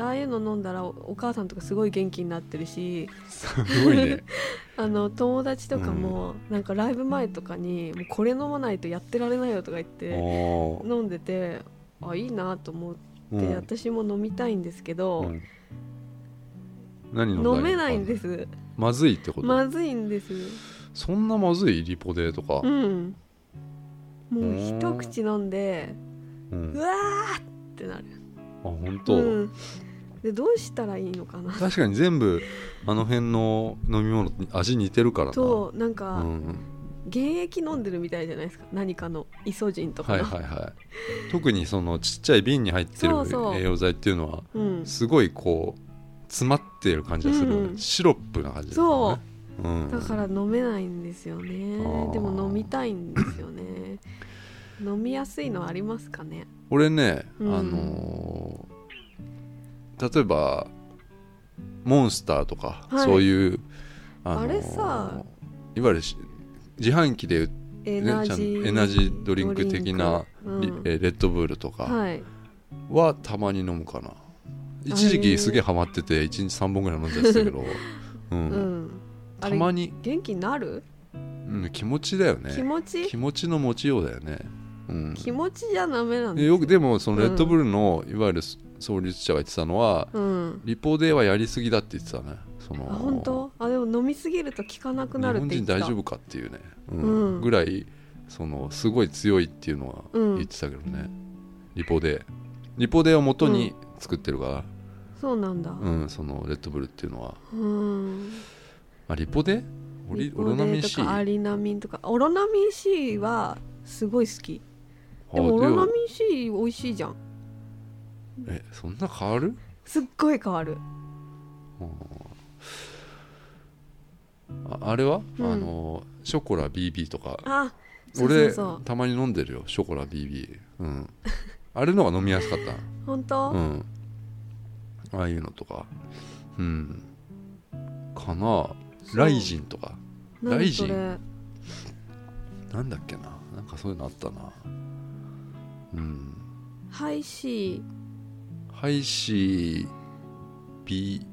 Speaker 1: ああいうの飲んだらおお母さんとかすごい元気になってるし
Speaker 2: すごいね
Speaker 1: あの友達とかもなんかライブ前とかに「もうこれ飲まないとやってられないよ」とか言って
Speaker 2: おー
Speaker 1: 飲んでてあいいなと思って、
Speaker 2: うん
Speaker 1: 私も飲みたいんですけど、
Speaker 2: うん何飲んだら
Speaker 1: 飲めないんですす
Speaker 2: まずいってこと、
Speaker 1: まずいんです
Speaker 2: そんなまずいリポでとか
Speaker 1: う、んも
Speaker 2: う
Speaker 1: うん一口飲んで
Speaker 2: うん
Speaker 1: う
Speaker 2: あ
Speaker 1: わーってなる
Speaker 2: 本当、
Speaker 1: うん、でどうしたらいいのかな
Speaker 2: 確かに全部あの辺の飲み物に味似てるからな
Speaker 1: となん
Speaker 2: う
Speaker 1: か
Speaker 2: ん、
Speaker 1: 原液飲んでるみたいじゃないですか何かのイソジンとか
Speaker 2: はい
Speaker 1: の、
Speaker 2: はいはい特にそのちっちゃい瓶に入ってる
Speaker 1: そうそう
Speaker 2: 栄養剤っていうのは
Speaker 1: うん
Speaker 2: すごいこう詰まってる感じがするよね、
Speaker 1: うん
Speaker 2: シロップな感じだよねうん
Speaker 1: だから飲めないんですよね
Speaker 2: あー
Speaker 1: でも飲みたいんですよね飲みやすいのありますかね
Speaker 2: 俺ね、
Speaker 1: うん
Speaker 2: あのー例えばモンスターとか、
Speaker 1: はい
Speaker 2: そういう、あ
Speaker 1: あれさ
Speaker 2: いわゆるし自販機で、ね、
Speaker 1: エ
Speaker 2: ちゃ
Speaker 1: ナ
Speaker 2: ん
Speaker 1: ジ
Speaker 2: と
Speaker 1: ー、
Speaker 2: エナジードリンク的な
Speaker 1: ドリ
Speaker 2: リ
Speaker 1: ンク
Speaker 2: えーレッドブルと
Speaker 1: うん
Speaker 2: か
Speaker 1: はい
Speaker 2: はたまに飲むかな、一時
Speaker 1: へ
Speaker 2: 期
Speaker 1: ー
Speaker 2: すげえハマってて1日3本ぐらい飲んじゃってたけど、う ん
Speaker 1: うんあ
Speaker 2: た
Speaker 1: れ
Speaker 2: まに、
Speaker 1: 元気になる、
Speaker 2: うん、気持ちだよね
Speaker 1: 気持ち
Speaker 2: 気持ちの持ちようだよね、うん、
Speaker 1: 気持ちじゃダメなん
Speaker 2: え
Speaker 1: だ
Speaker 2: よくでもそのレッドブルのいわゆる創立者が言ってたのは、
Speaker 1: うん
Speaker 2: リポではやりすぎだって言ってたねその
Speaker 1: あ本当あでも飲みすぎると効かなく
Speaker 2: 日
Speaker 1: なるっ
Speaker 2: 本
Speaker 1: て言
Speaker 2: 人
Speaker 1: ってた
Speaker 2: 大丈夫かっていうね、うん
Speaker 1: うん
Speaker 2: ぐらいそのすごい強いっていうのは
Speaker 1: うん
Speaker 2: 言ってたけどね、リポでリポでを元に作ってるから、
Speaker 1: そうなんだ
Speaker 2: うんそのレッドブルっていうのは、
Speaker 1: うん
Speaker 2: あ、リポでオリ
Speaker 1: リ
Speaker 2: オ
Speaker 1: ポ
Speaker 2: ロナミ
Speaker 1: デ
Speaker 2: ン
Speaker 1: と
Speaker 2: C
Speaker 1: かア
Speaker 2: あ
Speaker 1: リナミンとかオロナミン C はすごい好きでもオロナミン C 美味しいじゃん
Speaker 2: でもえそんな変わる
Speaker 1: すっごい変わる
Speaker 2: ああれは、
Speaker 1: うん
Speaker 2: あのショコラ BB とか
Speaker 1: あそうそ
Speaker 2: 俺
Speaker 1: うそう
Speaker 2: たまに飲んでるよショコラ BB うんあれのが飲みやすかった
Speaker 1: 本当、
Speaker 2: うんああいうのとかうんかな
Speaker 1: そう
Speaker 2: ライジンとか
Speaker 1: 何
Speaker 2: ライジン
Speaker 1: それ
Speaker 2: なんだっけななんかそういうのあったなうん
Speaker 1: ハイシー
Speaker 2: ハイシー B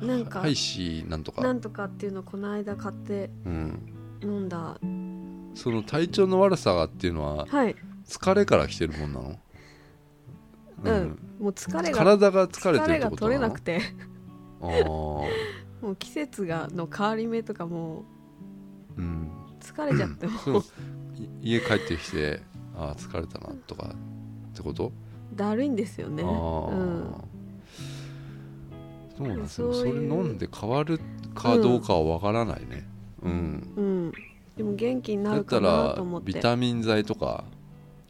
Speaker 1: なんか
Speaker 2: ハイシーなんとか
Speaker 1: なんとかっていうのをこの間買って
Speaker 2: うん、
Speaker 1: 飲んだ
Speaker 2: その体調の悪さがっていうのは
Speaker 1: はい、
Speaker 2: 疲れから来てるもんなの、
Speaker 1: うんもう疲れが
Speaker 2: 体が疲れ
Speaker 1: 疲
Speaker 2: てる
Speaker 1: れ
Speaker 2: って
Speaker 1: が
Speaker 2: こと
Speaker 1: 取れ
Speaker 2: なの
Speaker 1: なくて
Speaker 2: あー
Speaker 1: もう季節がの変わり目とかも
Speaker 2: うん
Speaker 1: う疲れちゃっても
Speaker 2: そうい家帰ってきてああ疲れたなとかってこと、
Speaker 1: だるいんですよね、
Speaker 2: ああ、
Speaker 1: うん、
Speaker 2: そうなんですよ
Speaker 1: そ
Speaker 2: そう
Speaker 1: い
Speaker 2: れ
Speaker 1: う
Speaker 2: 飲んで変わるかどうかはわからないねうん、
Speaker 1: うん、でも元気にな
Speaker 2: だっ
Speaker 1: るか
Speaker 2: た
Speaker 1: な
Speaker 2: ら
Speaker 1: と思って
Speaker 2: ビタミン剤とか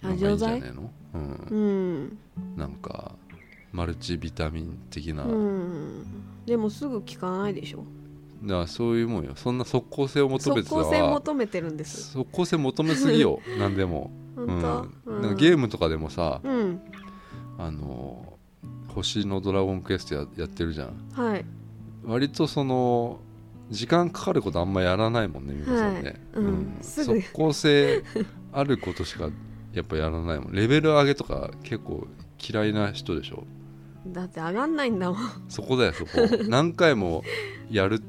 Speaker 2: のがいいんじゃねえの、う、
Speaker 1: うんん、
Speaker 2: なんかマルチビタミン的な、
Speaker 1: うん、でもすぐ効かないでしょ
Speaker 2: だからそういうもんよそんな即効性を求め
Speaker 1: 即
Speaker 2: てた
Speaker 1: 効性
Speaker 2: ら
Speaker 1: 求めてるんです
Speaker 2: 即効性求めす ぎよ何でも、
Speaker 1: 本当、
Speaker 2: う、
Speaker 1: うんん
Speaker 2: なんかゲームとかでもさ、
Speaker 1: うん
Speaker 2: あの星のドラゴンクエストややってるじゃん
Speaker 1: はい
Speaker 2: 割とその時間かかることあんまやらないもんね美香さんね、
Speaker 1: はいうんすぐ
Speaker 2: 即効性あることしかやっぱやらないもんレベル上げとか結構嫌いな人でしょ
Speaker 1: だって上がんないんだもん
Speaker 2: そこだよそこ何回もやる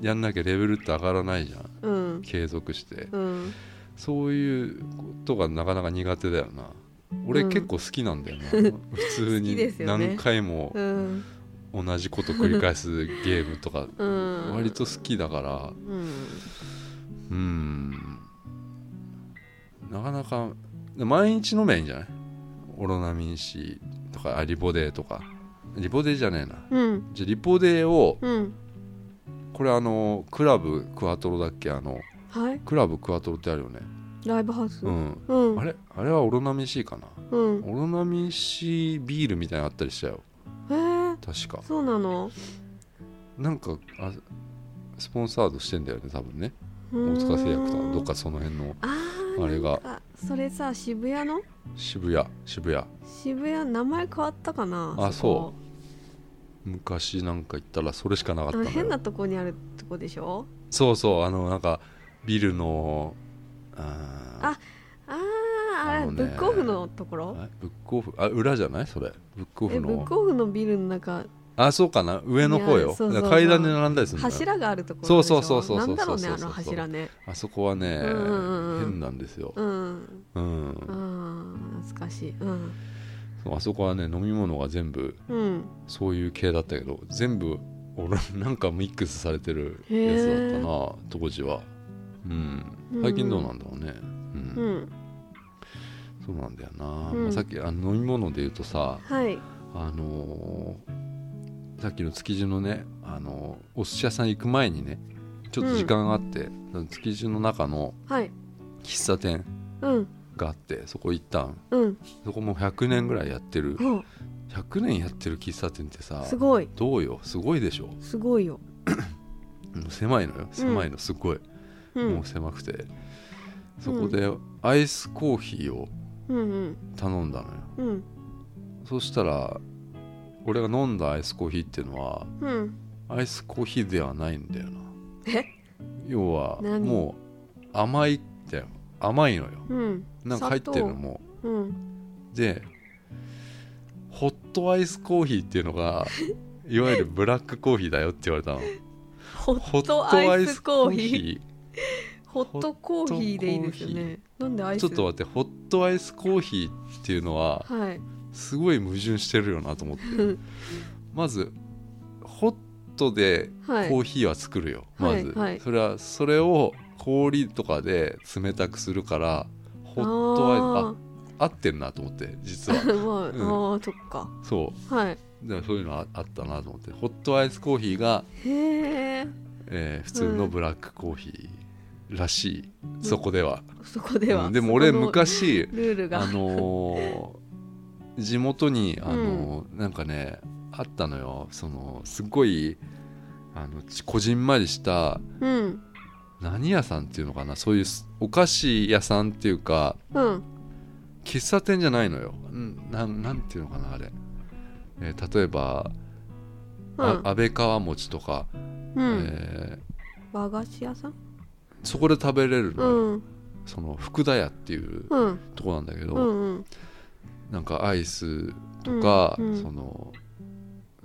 Speaker 2: やんなきゃレベルって上がらないじゃん
Speaker 1: うん
Speaker 2: 継続して
Speaker 1: うん
Speaker 2: そういうことがなかなか苦手だよな俺
Speaker 1: うん
Speaker 2: 結構好きなん だよな、普通
Speaker 1: 好きで
Speaker 2: に
Speaker 1: すよね
Speaker 2: 何回も
Speaker 1: うん
Speaker 2: 同じこと繰り返すゲームとか
Speaker 1: うん
Speaker 2: 割と好きだから
Speaker 1: うん
Speaker 2: うんなかなか毎日飲めばいいんじゃないオロナミン C とかあリボデーとかリボデーじゃねえな
Speaker 1: うん
Speaker 2: じゃあリボデーを
Speaker 1: うん
Speaker 2: これあのクラブクワトロだっけあの
Speaker 1: はい
Speaker 2: クラブクワトロってあるよね
Speaker 1: ライブハウス
Speaker 2: うん
Speaker 1: うん
Speaker 2: あれあれはオロナミン C かな
Speaker 1: うん
Speaker 2: オロナミン C ビールみたいなのあったりしたよ
Speaker 1: へえ
Speaker 2: 確か
Speaker 1: そうなの
Speaker 2: なんかあスポンサードしてんだよね多分ね
Speaker 1: 大
Speaker 2: 大塚製薬とかどっかその辺の
Speaker 1: あー
Speaker 2: あれが
Speaker 1: なんかそれさ渋谷の
Speaker 2: 渋谷渋谷
Speaker 1: 渋谷名前変わったかな
Speaker 2: あ
Speaker 1: こ
Speaker 2: 昔なんか行ったらそれしかなかった
Speaker 1: あ
Speaker 2: の
Speaker 1: の変な
Speaker 2: よ
Speaker 1: とこにあるとこでしょ
Speaker 2: そうそうあのなんかビルのあ
Speaker 1: あああ
Speaker 2: あ
Speaker 1: れ
Speaker 2: の
Speaker 1: ブ
Speaker 2: ね
Speaker 1: ックオフのとこ
Speaker 2: ー
Speaker 1: ろ
Speaker 2: あブックオフあ裏じゃないそれブックオ
Speaker 1: え
Speaker 2: フ
Speaker 1: ブッ
Speaker 2: の
Speaker 1: クオフのビルの中
Speaker 2: あそうかな上の方
Speaker 1: い
Speaker 2: よ
Speaker 1: やそうそう
Speaker 2: だから階段で並んだりするんだよ
Speaker 1: 柱があるところでしょ
Speaker 2: そうそうそうそうそう
Speaker 1: なんだろうね
Speaker 2: そ
Speaker 1: あ
Speaker 2: うそうそう
Speaker 1: の柱ね
Speaker 2: あそこはね、
Speaker 1: うんうんうん
Speaker 2: 変なんですよ、
Speaker 1: うん
Speaker 2: うん
Speaker 1: うん懐かしいうん
Speaker 2: そうあそこはね飲み物が全部
Speaker 1: うん
Speaker 2: そういう系だったけど全部俺なんかミックスされてる
Speaker 1: へー
Speaker 2: やつだったな当時はうん最近どうなんだろうねうん、
Speaker 1: うん
Speaker 2: そうなんだよな、
Speaker 1: うん
Speaker 2: まあさっきあの飲み物で言うとさ
Speaker 1: はい
Speaker 2: あのーさっきの築地のね、あのーお寿司屋さん行く前にねちょっと時間があって、築地の中の
Speaker 1: はい
Speaker 2: 喫茶店
Speaker 1: うん
Speaker 2: があってそこ行ったん
Speaker 1: うん
Speaker 2: そこもう100年ぐらいやってる
Speaker 1: お
Speaker 2: 100年やってる喫茶店ってさ
Speaker 1: すごい
Speaker 2: どうよすごいでしょ
Speaker 1: すごいよ
Speaker 2: うん狭いのよ狭いのすごい、
Speaker 1: う
Speaker 2: も
Speaker 1: ん
Speaker 2: う狭くてそこでアイスコーヒーを
Speaker 1: うんうん
Speaker 2: 頼んだのよ
Speaker 1: うん
Speaker 2: そしたら俺が飲んだアイスコーヒーっていうのは
Speaker 1: うん
Speaker 2: アイスコーヒーではないんだよな
Speaker 1: え
Speaker 2: 要は
Speaker 1: 何
Speaker 2: もう甘いって甘いのよ
Speaker 1: うん
Speaker 2: なんか入ってるのも
Speaker 1: うん
Speaker 2: でホットアイスコーヒーっていう のがいわゆるブラックコーヒーだよって言われたの
Speaker 1: ホットアイスコーヒーホッ
Speaker 2: ッ
Speaker 1: ト
Speaker 2: ト
Speaker 1: コー
Speaker 2: ー
Speaker 1: ヒ
Speaker 2: ヒ
Speaker 1: ー
Speaker 2: ー
Speaker 1: でいいですよねなんでアイス
Speaker 2: ちょっと待ってホットアイスコーヒーっていうのは
Speaker 1: はい
Speaker 2: すごい矛盾してるよなと思って
Speaker 1: うん
Speaker 2: まずホットで
Speaker 1: はい
Speaker 2: コーヒーは作るよ、
Speaker 1: はい
Speaker 2: まず、
Speaker 1: はい
Speaker 2: それはそれを氷とかで冷たくするからホットアイスあ合ってんなと思って実は
Speaker 1: あ ーまあ、
Speaker 2: ん
Speaker 1: あーそっか
Speaker 2: そ
Speaker 1: はいう
Speaker 2: だからそういうのああったなと思ってホットアイスコーヒーが、
Speaker 1: へえ
Speaker 2: えー普通のブラックコーヒーらしい、そこでは、
Speaker 1: そこでは、
Speaker 2: うんでも俺
Speaker 1: そこの
Speaker 2: 昔
Speaker 1: ルールが
Speaker 2: あのー地元に、あのーなんかねあったのよそのすっごいあのちこじんまりした
Speaker 1: うん
Speaker 2: 何屋さんっていうのかなそういうすお菓子屋さんっていうか
Speaker 1: うん
Speaker 2: 喫茶店じゃないのようんなんなんていうのかなあれ、えー例えば、
Speaker 1: う
Speaker 2: あ
Speaker 1: ん
Speaker 2: 安倍川餅とか、
Speaker 1: うん
Speaker 2: え
Speaker 1: 和菓子屋さん
Speaker 2: ーそこで食べれる
Speaker 1: う
Speaker 2: のよ、
Speaker 1: ん
Speaker 2: その福田屋っていう
Speaker 1: うん
Speaker 2: とこなんだけど、
Speaker 1: うんうん
Speaker 2: なんかアイスとか、
Speaker 1: うんうん
Speaker 2: その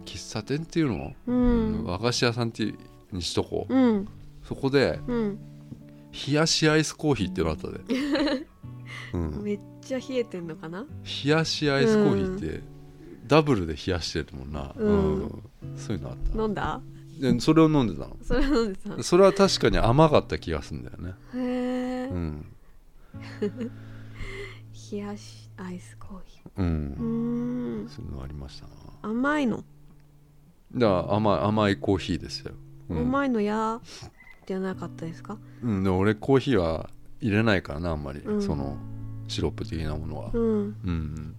Speaker 2: 喫茶店っていうの、
Speaker 1: う
Speaker 2: うん
Speaker 1: ん
Speaker 2: 和菓子屋さんっていうにしとこう、
Speaker 1: うん
Speaker 2: そこで
Speaker 1: うん
Speaker 2: 冷やしアイスコーヒーっていうのあったで、 うん、
Speaker 1: めっちゃ冷えてんのかな
Speaker 2: 冷やしアイスコーヒーってダブルで冷やしてるもんな、
Speaker 1: うん
Speaker 2: そういうのあった
Speaker 1: 飲んだ
Speaker 2: でそれを飲んでたの
Speaker 1: それ飲んでたの
Speaker 2: それは確かに甘かった気がするんだよね、
Speaker 1: へえ
Speaker 2: うん
Speaker 1: 冷やしアイスコーヒー
Speaker 2: うん
Speaker 1: うーん
Speaker 2: そういうのありましたな
Speaker 1: 甘いの
Speaker 2: だから甘い甘いコーヒーですよ、うん
Speaker 1: 甘いのやじゃなかったですか
Speaker 2: うん、でも俺コーヒーは入れないからなあんまり、
Speaker 1: うん
Speaker 2: そのシロップ的なものは、
Speaker 1: うん
Speaker 2: うん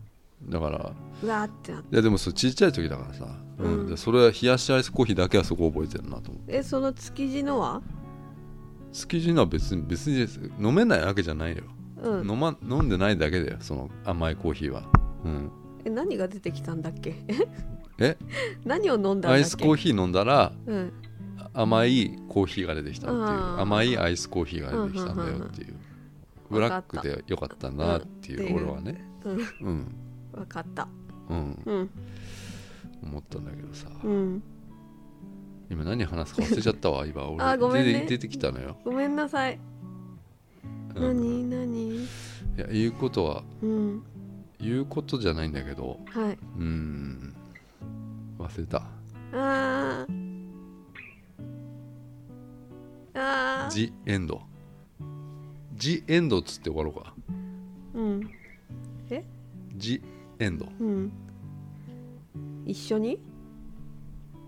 Speaker 2: だから
Speaker 1: うわーってなって
Speaker 2: いやでもそれちっちゃい時だからさ、うん
Speaker 1: うん
Speaker 2: でそれは冷やしアイスコーヒーだけはそこ覚えてるなと思う
Speaker 1: えその築地のは
Speaker 2: 築地のは別に別にです飲めないわけじゃないよ、
Speaker 1: うん
Speaker 2: 飲ま飲んでないだけだよその甘いコーヒーは、うん、
Speaker 1: え何が出てきたんだっけ
Speaker 2: え
Speaker 1: 何を飲んだんだっけ
Speaker 2: アイスコーヒー飲んだら
Speaker 1: うん
Speaker 2: 甘いコーヒーが出てきたっていう
Speaker 1: あー
Speaker 2: 甘いアイスコーヒーが出てきたんだよっていうブラックでよかったなっていう
Speaker 1: うん
Speaker 2: 俺はね
Speaker 1: うん
Speaker 2: うん
Speaker 1: 分かった
Speaker 2: うん
Speaker 1: うん
Speaker 2: 思ったんだけどさ、
Speaker 1: うん
Speaker 2: 今何話すか忘れちゃったわ今俺
Speaker 1: あごめんね
Speaker 2: 出て出てきたのよ、
Speaker 1: ごめんなさい
Speaker 2: うんい
Speaker 1: 何何
Speaker 2: や言うことは
Speaker 1: うん
Speaker 2: 言うことじゃないんだけど
Speaker 1: はい
Speaker 2: うん忘れた
Speaker 1: あーあー
Speaker 2: ジ・エンドジ・エンドっつって終わろうか
Speaker 1: うん
Speaker 2: ジ・エンド
Speaker 1: うん一緒に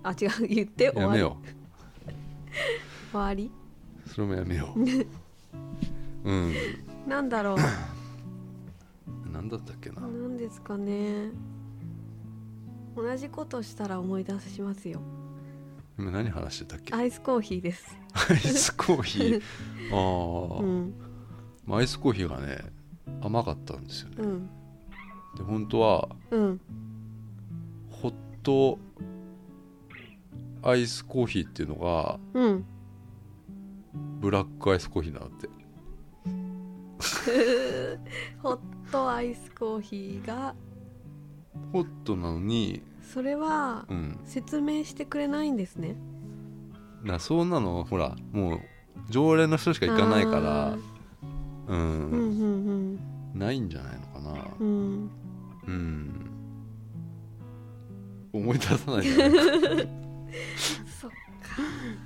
Speaker 1: あ違う言って終
Speaker 2: や
Speaker 1: わ
Speaker 2: め
Speaker 1: り
Speaker 2: よ
Speaker 1: 終わり
Speaker 2: うそれもやめよう うん
Speaker 1: なんだろう
Speaker 2: 何だったっけな
Speaker 1: なんですかね同じことしたら思い出しますよ
Speaker 2: 今何話してたっけア
Speaker 1: アイスコーヒーです
Speaker 2: イスコーヒーああ
Speaker 1: う、ん
Speaker 2: まあアイスコーヒーがね甘かったんですよね
Speaker 1: うん
Speaker 2: で本当は
Speaker 1: うん
Speaker 2: ホットアイスコーヒーっていうのが
Speaker 1: うん
Speaker 2: ブラックアイスコーヒーなんだって
Speaker 1: ホットアイスコーヒーが
Speaker 2: ホットなのに
Speaker 1: それは
Speaker 2: うん
Speaker 1: 説明してくれないんですね
Speaker 2: なそんなのほらもう常連の人しか行かないから
Speaker 1: あー
Speaker 2: う
Speaker 1: うん
Speaker 2: ん、
Speaker 1: うん
Speaker 2: ないんじゃないのかな
Speaker 1: うんうん
Speaker 2: うん思い出さないじゃない、
Speaker 1: そっか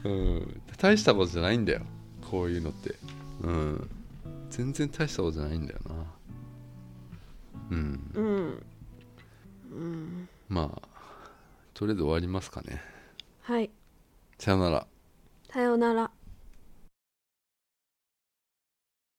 Speaker 2: うん、大したことじゃないんだよこういうのってうん全然大したことじゃないんだよなうん
Speaker 1: うんうん
Speaker 2: まあとりあえず終わりますかね
Speaker 1: はい
Speaker 2: さよなら
Speaker 1: さようなら